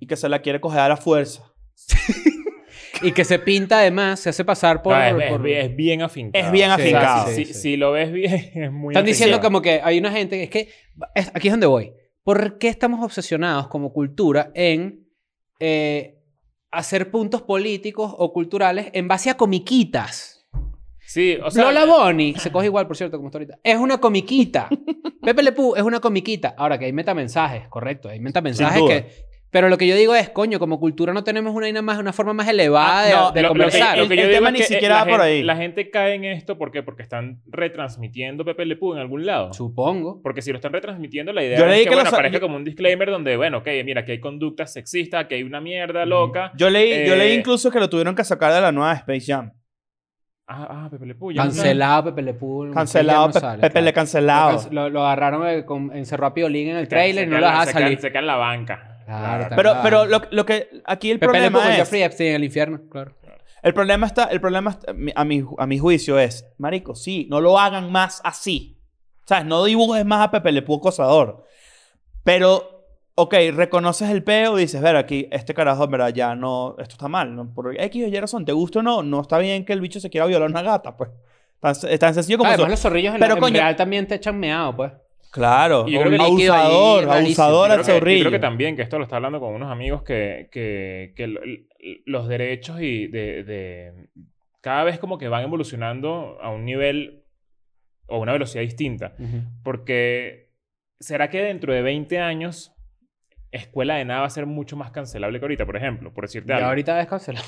[SPEAKER 3] y que se la quiere coger a la fuerza.
[SPEAKER 4] Y que se pinta además, se hace pasar por...
[SPEAKER 2] No, Ah, es, es
[SPEAKER 4] por-
[SPEAKER 2] bien- es bien afincado.
[SPEAKER 3] Es bien
[SPEAKER 2] O sea,
[SPEAKER 3] afincado.
[SPEAKER 2] si,
[SPEAKER 4] Sí,
[SPEAKER 2] si-
[SPEAKER 4] sí.
[SPEAKER 2] si lo ves bien, [laughs] es muy
[SPEAKER 4] Están diciendo
[SPEAKER 2] afincado.
[SPEAKER 4] como que hay una gente, es que es- aquí es donde voy. ¿Por qué estamos obsesionados como cultura en eh, hacer puntos políticos o culturales en base a comiquitas?
[SPEAKER 2] Sí, o sea... eh,
[SPEAKER 4] Lola Boni se coge igual, por cierto, como está ahorita. Es una
[SPEAKER 2] [laughs]
[SPEAKER 4] comiquita. Pepe Le Pew es una comiquita. Ahora que hay metamensajes, correcto. Hay metamensajes
[SPEAKER 3] duda.
[SPEAKER 4] que Pero lo que yo digo es, coño, como cultura no tenemos una, vaina más, una forma más elevada
[SPEAKER 3] Ah,
[SPEAKER 4] de,
[SPEAKER 3] no,
[SPEAKER 4] de
[SPEAKER 2] Lo- lo que-
[SPEAKER 4] conversar.
[SPEAKER 2] lo que
[SPEAKER 3] El-
[SPEAKER 2] yo
[SPEAKER 3] el
[SPEAKER 2] digo
[SPEAKER 3] tema
[SPEAKER 2] es
[SPEAKER 3] ni
[SPEAKER 2] que, eh,
[SPEAKER 3] siquiera
[SPEAKER 2] la
[SPEAKER 3] va por
[SPEAKER 2] gen-
[SPEAKER 3] ahí.
[SPEAKER 2] La gente cae en esto ¿por qué? porque están retransmitiendo Pepe Le Pew en algún lado.
[SPEAKER 4] Supongo.
[SPEAKER 2] Porque si lo están retransmitiendo, la idea
[SPEAKER 3] Yo leí
[SPEAKER 2] es que,
[SPEAKER 3] que
[SPEAKER 2] bueno,
[SPEAKER 3] los-
[SPEAKER 2] aparezca
[SPEAKER 3] yo-
[SPEAKER 2] como un disclaimer donde, bueno, ok, mira, que hay conductas sexistas, que hay una mierda
[SPEAKER 4] Ujú.
[SPEAKER 2] loca.
[SPEAKER 3] Yo leí, yo leí
[SPEAKER 2] Eh,
[SPEAKER 3] incluso que lo tuvieron que sacar de la nueva Space Jam.
[SPEAKER 2] Ah, ah, Pepe Le Pew. ya no sé.
[SPEAKER 4] Cancelado Pepe Le Pew.
[SPEAKER 3] Cancelado,
[SPEAKER 4] no
[SPEAKER 3] Pe-
[SPEAKER 4] sale,
[SPEAKER 3] Pepe
[SPEAKER 4] claro.
[SPEAKER 3] le cancelado.
[SPEAKER 4] Lo, lo agarraron, eh, con, encerró a Piolín en el
[SPEAKER 2] Se- se
[SPEAKER 4] trailer y no
[SPEAKER 2] cae
[SPEAKER 4] lo
[SPEAKER 2] en la-
[SPEAKER 4] dejaba
[SPEAKER 2] se cae-
[SPEAKER 4] salir.
[SPEAKER 2] Se cae en la banca.
[SPEAKER 4] Claro, está
[SPEAKER 3] Pero,
[SPEAKER 4] claro.
[SPEAKER 3] pero lo, lo que aquí el
[SPEAKER 4] Ah. Pepe Le Pew con
[SPEAKER 3] problema es...
[SPEAKER 4] Jeffrey Epstein en el infierno, claro.
[SPEAKER 3] El problema está, el problema está- mi- a, mi, ju- a mi juicio es, marico, sí, no lo hagan más así. ¿Sabes? No dibujes más a Pepe Le Pew acosador. Pero, ok, reconoces el peo, dices, ver, aquí, este carajo, en verdad, ya no, esto está mal. ¿no? Por X o Y razón, ¿te gusta o no? No está bien que el bicho se quiera violar a una gata, pues. Tan, se- tan sencillo
[SPEAKER 2] Ah,
[SPEAKER 3] como
[SPEAKER 4] Además,
[SPEAKER 3] eso.
[SPEAKER 4] los zorrillos en,
[SPEAKER 3] Pero,
[SPEAKER 4] en
[SPEAKER 3] coño-
[SPEAKER 4] real también te echan meado, pues.
[SPEAKER 3] Claro,
[SPEAKER 2] Y yo creo que el
[SPEAKER 4] líquido ahí
[SPEAKER 3] abusador,
[SPEAKER 4] es rarísimo.
[SPEAKER 3] abusador
[SPEAKER 2] Yo
[SPEAKER 3] al
[SPEAKER 2] creo, que, yo creo
[SPEAKER 3] zorrillo.
[SPEAKER 2] que también, que esto lo está hablando con unos amigos, que, que, que lo- los derechos y de, de- Cada vez como que van evolucionando a un nivel o a una velocidad distinta. Porque ¿será que dentro de 20 años Escuela de Nada va a ser mucho más cancelable que ahorita, por ejemplo? Por decirte
[SPEAKER 4] Y
[SPEAKER 2] algo.
[SPEAKER 4] ahorita es cancelado.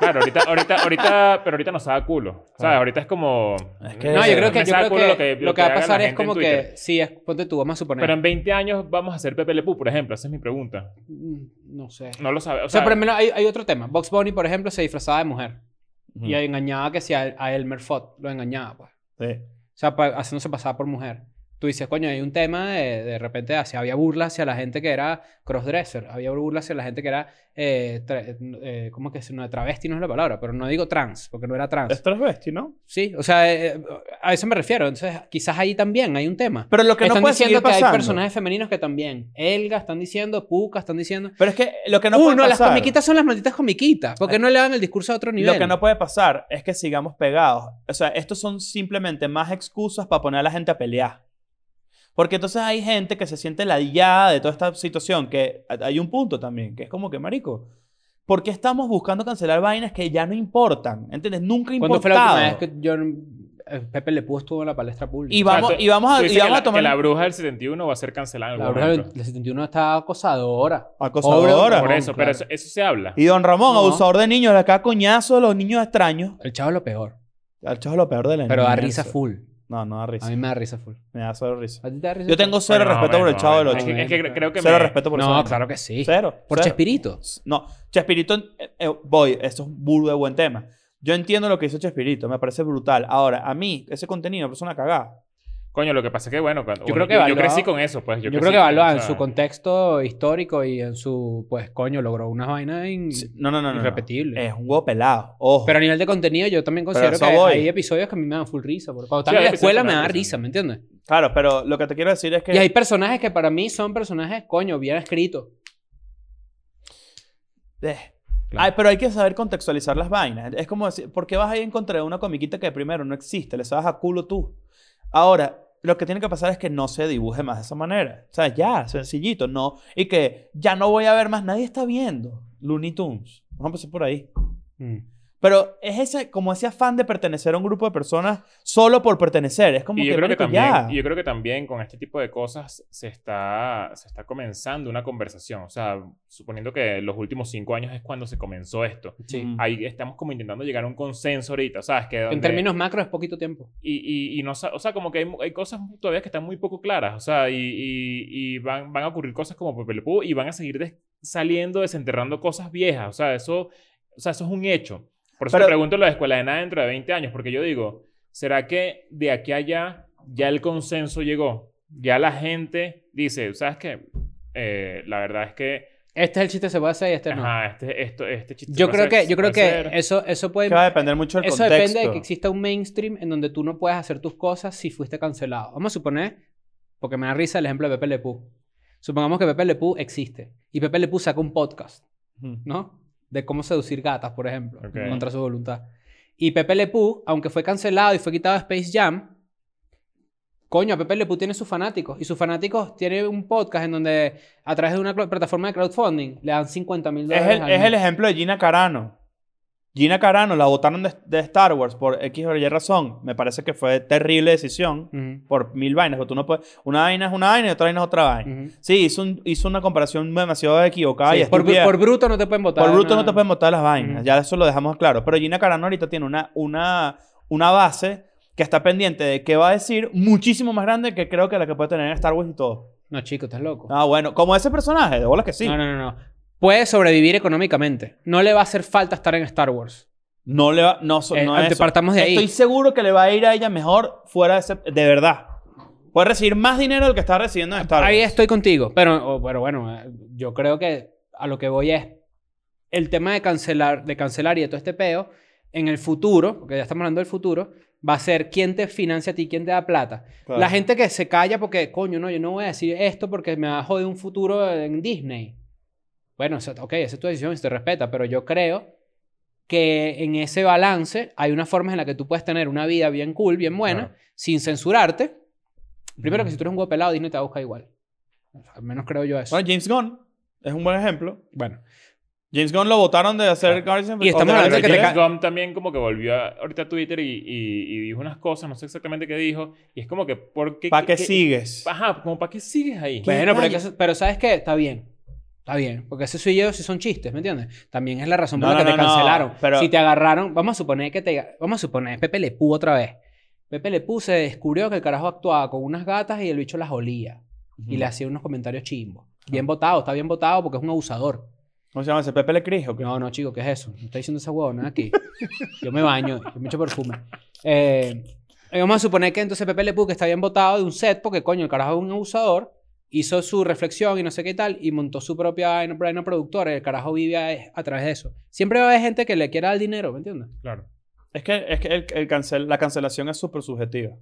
[SPEAKER 2] Claro, ahorita, ahorita, ahorita, pero ahorita nos da culo. ¿Sabes? Ahorita es como...
[SPEAKER 3] Es que-
[SPEAKER 4] No, yo creo
[SPEAKER 2] me
[SPEAKER 4] que, yo
[SPEAKER 2] saca
[SPEAKER 4] creo
[SPEAKER 2] culo
[SPEAKER 4] que,
[SPEAKER 2] lo que-
[SPEAKER 4] lo
[SPEAKER 2] lo
[SPEAKER 4] que va a
[SPEAKER 2] que haga la
[SPEAKER 4] pasar es
[SPEAKER 2] gente en
[SPEAKER 4] como que...
[SPEAKER 2] Twitter.
[SPEAKER 4] Sí, es- ponte tú, vamos a suponer.
[SPEAKER 2] Pero en 20 años vamos a hacer Pepe Le Pew, por ejemplo. Esa es mi pregunta.
[SPEAKER 4] Mm, No sé.
[SPEAKER 2] No lo sabe. O
[SPEAKER 4] O sea,
[SPEAKER 2] sea,
[SPEAKER 4] por lo menos hay, hay otro tema. Box Bunny, por ejemplo, se disfrazaba de mujer.
[SPEAKER 3] Ujú.
[SPEAKER 2] Mm.
[SPEAKER 4] Y engañaba que si a, a Elmer Fudd lo engañaba, pues. O
[SPEAKER 3] Sí.
[SPEAKER 4] sea, pa- haciéndose pasar por mujer. Tú dices, coño, hay un tema de, de repente hacia, había burla hacia la gente que era crossdresser, había burla hacia la gente que era, eh, tra- eh, ¿cómo es que se- no, travesti no es la palabra, pero no digo trans, porque no era trans.
[SPEAKER 3] Es transvesti, ¿no?
[SPEAKER 4] Sí, o sea, eh, a eso me refiero. Entonces, quizás ahí también hay un tema.
[SPEAKER 3] Pero lo que
[SPEAKER 4] están
[SPEAKER 3] no puede
[SPEAKER 4] diciendo
[SPEAKER 3] seguir
[SPEAKER 4] que hay
[SPEAKER 3] pasando...
[SPEAKER 4] personajes femeninos que también. Elga están diciendo, Puka están diciendo.
[SPEAKER 3] Pero es que lo que no puede
[SPEAKER 4] Uno, las
[SPEAKER 3] pasar... Eh,
[SPEAKER 4] comiquitas son las malditas comiquitas. Porque no le dan el discurso a otro nivel.
[SPEAKER 3] Lo que no puede pasar es que sigamos pegados. O sea, estos son simplemente más excusas para poner a la gente a pelear. Porque entonces hay gente que se siente ladillada de toda esta situación, que hay un punto también, que es como que, marico, ¿por qué estamos buscando cancelar vainas que ya no importan? ¿Entiendes? Nunca
[SPEAKER 4] ¿Cuándo fue la última vez
[SPEAKER 3] importaban.
[SPEAKER 4] que yo, eh, Pepe Le Pew estuvo en la palestra pública?
[SPEAKER 3] Y
[SPEAKER 2] o sea,
[SPEAKER 3] vamos,
[SPEAKER 2] tú-
[SPEAKER 3] y vamos,
[SPEAKER 2] tú
[SPEAKER 3] a,
[SPEAKER 2] dices
[SPEAKER 3] y vamos
[SPEAKER 2] que la,
[SPEAKER 3] a tomar...
[SPEAKER 2] que la bruja del 71 va a ser cancelada en
[SPEAKER 4] La
[SPEAKER 2] algún
[SPEAKER 4] bruja del
[SPEAKER 2] momento.
[SPEAKER 4] del 71 está acosadora.
[SPEAKER 3] Acosadora.
[SPEAKER 4] Obvio,
[SPEAKER 2] Por
[SPEAKER 4] Ramón,
[SPEAKER 2] eso,
[SPEAKER 4] claro.
[SPEAKER 2] pero eso, eso se habla.
[SPEAKER 3] Y don Ramón,
[SPEAKER 4] No.
[SPEAKER 3] abusador de niños, le cae coñazo a los niños extraños.
[SPEAKER 4] El chavo es lo peor.
[SPEAKER 3] Al chavo lo peor de la
[SPEAKER 4] Pero da
[SPEAKER 3] niñez.
[SPEAKER 4] risa full.
[SPEAKER 3] No, no da
[SPEAKER 4] A
[SPEAKER 3] risa.
[SPEAKER 4] mí me da risa full.
[SPEAKER 3] Me da solo risa.
[SPEAKER 4] ¿A ti te da risa
[SPEAKER 3] Yo
[SPEAKER 4] full?
[SPEAKER 3] tengo cero
[SPEAKER 2] Bueno,
[SPEAKER 3] respeto por el
[SPEAKER 2] bueno,
[SPEAKER 3] chavo del
[SPEAKER 2] bueno.
[SPEAKER 3] ocho.
[SPEAKER 2] Es que, es que creo que
[SPEAKER 3] Cero
[SPEAKER 2] me-
[SPEAKER 3] respeto por
[SPEAKER 4] No,
[SPEAKER 3] eso.
[SPEAKER 4] claro que sí.
[SPEAKER 3] Cero.
[SPEAKER 4] Por
[SPEAKER 3] cero.
[SPEAKER 4] Chespirito.
[SPEAKER 3] No, Chespirito, eh, eh, voy, esto es un burro de buen tema. Yo entiendo lo que hizo Chespirito, me parece brutal. Ahora, a mí, ese contenido me parece una cagada.
[SPEAKER 2] Coño, lo que pasa es que, bueno, cuando-
[SPEAKER 4] Yo
[SPEAKER 2] bueno,
[SPEAKER 4] creo que
[SPEAKER 2] yo
[SPEAKER 4] evaluaba-
[SPEAKER 2] crecí con eso, pues.
[SPEAKER 4] Yo,
[SPEAKER 2] Yo,
[SPEAKER 4] creo
[SPEAKER 2] crecí
[SPEAKER 4] que
[SPEAKER 2] con-
[SPEAKER 4] Balboa
[SPEAKER 2] o
[SPEAKER 4] en
[SPEAKER 2] sea,
[SPEAKER 4] su contexto histórico y en su, pues, coño, logró unas vainas in-
[SPEAKER 3] Sí, No, no, no. no, no.
[SPEAKER 4] irrepetibles.
[SPEAKER 3] Es un huevo pelado, ojo.
[SPEAKER 4] Pero a nivel de contenido, yo también
[SPEAKER 3] Pero
[SPEAKER 4] considero
[SPEAKER 3] eso
[SPEAKER 4] que
[SPEAKER 3] voy.
[SPEAKER 4] hay episodios que a mí me dan full risa. porque Cuando están
[SPEAKER 2] Sí,
[SPEAKER 4] en
[SPEAKER 2] hay
[SPEAKER 4] la
[SPEAKER 2] episodios
[SPEAKER 4] escuela
[SPEAKER 2] que
[SPEAKER 4] me
[SPEAKER 2] me dan
[SPEAKER 4] da
[SPEAKER 2] risa.
[SPEAKER 4] risa, ¿me entiendes?
[SPEAKER 3] Claro, pero lo que te quiero decir es que...
[SPEAKER 4] Y hay personajes que para mí son personajes, coño, bien escritos.
[SPEAKER 3] Eh.
[SPEAKER 4] Claro.
[SPEAKER 3] Ay, pero hay que saber contextualizar las vainas. Es como decir, ¿por qué vas a ir en contra de una comiquita que primero no existe? Le sabes a culo tú. Ahora, lo que tiene que pasar es que no se dibuje más de esa manera. O sea, ya, sencillito, no. Y que ya no voy a ver más, nadie está viendo Looney Tunes. Vamos a empezar por ahí.
[SPEAKER 2] Mm.
[SPEAKER 3] Pero es ese, como ese afán de pertenecer a un grupo de personas solo por pertenecer. Es como
[SPEAKER 2] Y yo, creo que
[SPEAKER 3] marico,
[SPEAKER 2] también,
[SPEAKER 3] ya.
[SPEAKER 2] y yo creo que también con este tipo de cosas se está, se está comenzando una conversación. O sea, suponiendo que los últimos cinco años es cuando se comenzó esto.
[SPEAKER 4] Sí.
[SPEAKER 3] Mm.
[SPEAKER 2] Ahí estamos como intentando llegar a un consenso ahorita, ¿sabes? Que
[SPEAKER 4] En
[SPEAKER 2] donde-
[SPEAKER 4] términos macro es poquito tiempo.
[SPEAKER 2] Y, y, y no sa- o sea, como que hay, mu- hay cosas todavía que están muy poco claras, o sea, y, y, y van, van a ocurrir cosas como Pepe Le Pew y van a seguir des- saliendo, desenterrando cosas viejas, o sea, eso, o sea, eso es un hecho. Por eso
[SPEAKER 3] Pero-
[SPEAKER 2] te pregunto lo de Escuela de Nada dentro de 20 años, porque yo digo, ¿será que de aquí a allá ya el consenso llegó? Ya la gente dice, ¿sabes qué? Eh, la verdad es que,
[SPEAKER 4] Este es el chiste que se puede hacer y este no.
[SPEAKER 2] ajá, este, esto, este chiste... se
[SPEAKER 4] Yo
[SPEAKER 2] puede
[SPEAKER 4] creo
[SPEAKER 2] hacer-
[SPEAKER 4] que, yo creo
[SPEAKER 2] se puede
[SPEAKER 4] que
[SPEAKER 2] hacer.
[SPEAKER 4] eso, eso puede...
[SPEAKER 3] Que va a depender mucho del
[SPEAKER 4] Eso
[SPEAKER 3] contexto.
[SPEAKER 4] depende de que exista un mainstream en donde tú no puedes hacer tus cosas si fuiste cancelado. Vamos a suponer, porque me da risa el ejemplo de Pepe Le Pew. Supongamos que Pepe Le Pew existe y Pepe Le Pew saca un podcast,
[SPEAKER 3] Ujú.
[SPEAKER 4] ¿no? De cómo seducir gatas, por ejemplo,
[SPEAKER 2] Ok.
[SPEAKER 4] contra su voluntad. Y Pepe Le Pew, aunque fue cancelado y fue quitado de Space Jam, coño, Pepe Le Pew tiene sus fanáticos y sus fanáticos tienen un podcast en donde a través de una cl- plataforma de crowdfunding le dan 50 mil
[SPEAKER 3] Es
[SPEAKER 4] dólares.
[SPEAKER 3] el,
[SPEAKER 4] al
[SPEAKER 3] es el
[SPEAKER 4] mes.
[SPEAKER 3] ejemplo de Gina Carano. Gina Carano la votaron de, de Star Wars por X o Y razón. Me parece que fue terrible decisión
[SPEAKER 4] Ujú,
[SPEAKER 3] por mil vainas. Porque tú no puedes, una vaina es una vaina y otra vaina es otra vaina.
[SPEAKER 4] ujú.
[SPEAKER 3] Sí, hizo, un- hizo una comparación demasiado equivocada.
[SPEAKER 4] Sí,
[SPEAKER 3] y
[SPEAKER 4] por,
[SPEAKER 3] estúpida.
[SPEAKER 4] por bruto no te pueden votar.
[SPEAKER 3] Por bruto no
[SPEAKER 4] nada.
[SPEAKER 3] te pueden botar las vainas.
[SPEAKER 4] Ujú.
[SPEAKER 3] Ya eso lo dejamos claro. Pero Gina Carano ahorita tiene una, una, una base que está pendiente de qué va a decir muchísimo más grande que creo que la que puede tener en Star Wars y todo.
[SPEAKER 4] No, chico, estás loco.
[SPEAKER 3] Ah, bueno. Como ese personaje, de bola que sí.
[SPEAKER 4] No,
[SPEAKER 3] No,
[SPEAKER 4] no, no, no. Puede sobrevivir económicamente. No le va a hacer falta estar en Star Wars.
[SPEAKER 3] le va... No, so-
[SPEAKER 4] Eh,
[SPEAKER 3] no es eso.
[SPEAKER 4] partamos de ahí.
[SPEAKER 3] Estoy seguro que le va a ir a ella mejor fuera de ese... De verdad. Puede recibir más dinero del que está recibiendo en Star Wars.
[SPEAKER 4] Ahí estoy contigo. Pero, o- pero bueno, eh, yo creo que a lo que voy es el tema de cancelar, de cancelar y de todo este peo. En el futuro, porque ya estamos hablando del futuro, va a ser quién te financia a ti, quién te da plata.
[SPEAKER 3] Claro.
[SPEAKER 4] La gente que se calla porque, coño, no, yo no voy a decir esto porque me va a joder un futuro en Disney. Bueno, o sea, ok, esa es tu decisión y se te respeta, pero yo creo que en ese balance hay unas formas en las que tú puedes tener una vida bien cool, bien buena,
[SPEAKER 3] Claro.
[SPEAKER 4] sin censurarte. Primero que si tú eres un huevo pelado, Disney te va a buscar igual. O sea, al menos creo yo eso.
[SPEAKER 3] Bueno, James Gunn es un buen ejemplo.
[SPEAKER 4] Bueno,
[SPEAKER 3] James Gunn lo votaron de hacer Guardians of the-
[SPEAKER 4] Y estamos
[SPEAKER 3] of the
[SPEAKER 4] hablando de que te
[SPEAKER 3] Galaxy.
[SPEAKER 2] James Gunn también como que volvió a- ahorita a Twitter y, y- y dijo unas cosas, no sé exactamente qué dijo, y es como que ¿por qué?
[SPEAKER 3] ¿Para qué
[SPEAKER 2] qué-
[SPEAKER 3] sigues?
[SPEAKER 4] Ah,
[SPEAKER 2] Ajá, como ¿para qué sigues ahí?
[SPEAKER 4] bueno pero,
[SPEAKER 3] rayos?
[SPEAKER 4] es que- pero ¿sabes qué? Está bien. Está bien. Porque ese soy yo si son chistes, ¿me entiendes? También es la razón por
[SPEAKER 3] No,
[SPEAKER 4] la
[SPEAKER 3] no,
[SPEAKER 4] que te
[SPEAKER 3] no, no,
[SPEAKER 4] cancelaron.
[SPEAKER 3] pero-
[SPEAKER 4] Si te agarraron, vamos a suponer que te... Vamos a suponer, Pepe Le Pú otra vez. Pepe Le Pú se descubrió que el carajo actuaba con unas gatas y el bicho las olía. Y le hacía unos comentarios chimbos. Bien votado, está bien votado porque es un abusador.
[SPEAKER 3] ¿Cómo se llama ese? ¿Pepe Le Cris o qué?
[SPEAKER 4] No, no, chico, ¿qué es eso? No está diciendo esa huevona aquí. Yo me baño, yo me echo perfume. Eh, eh, vamos a suponer que entonces Pepe Le Pew, que está bien botado de un set, porque coño, el carajo es un abusador, hizo su reflexión y no sé qué tal, y montó su propia vaina- vaina productora. y El carajo vive a, a través de eso. Siempre va a haber gente que le quiera el dinero, ¿me entiendes?
[SPEAKER 2] Claro.
[SPEAKER 3] Es que, es que el, el cancel, la cancelación es súper subjetiva.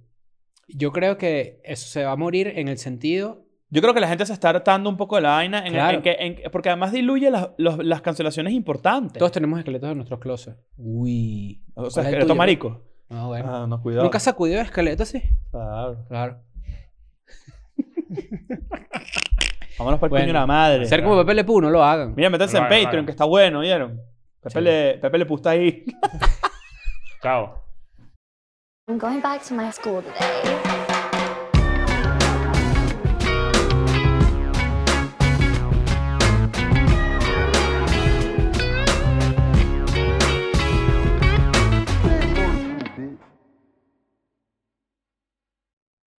[SPEAKER 4] Yo creo que eso se va a morir en el sentido.
[SPEAKER 3] Yo creo que la gente se está hartando un poco de la vaina. En,
[SPEAKER 4] Claro.
[SPEAKER 3] en que, en que- porque además diluye las, los- las cancelaciones importantes.
[SPEAKER 4] Todos tenemos esqueletos en nuestros closets. Uy.
[SPEAKER 3] o sea,
[SPEAKER 4] ¿cuál es el
[SPEAKER 3] esqueleto
[SPEAKER 4] tuyo?
[SPEAKER 3] marico.
[SPEAKER 4] No, bueno.
[SPEAKER 3] Ah, no, cuidado.
[SPEAKER 4] ¿Nunca sacudió esqueletos, sí?
[SPEAKER 3] Claro.
[SPEAKER 4] Claro.
[SPEAKER 3] Vámonos para el
[SPEAKER 4] Bueno,
[SPEAKER 3] coño de la madre.
[SPEAKER 4] Ser como Pepe Le Pew, no lo hagan.
[SPEAKER 3] Mira, métanse
[SPEAKER 2] No
[SPEAKER 3] en
[SPEAKER 2] lo hagan, no lo
[SPEAKER 3] Patreon,
[SPEAKER 2] hagan.
[SPEAKER 3] que está bueno, ¿vieron? Pepe,
[SPEAKER 4] Sí.
[SPEAKER 3] le, Pepe le puso ahí.
[SPEAKER 2] Chao.
[SPEAKER 1] I'm going back to my school today.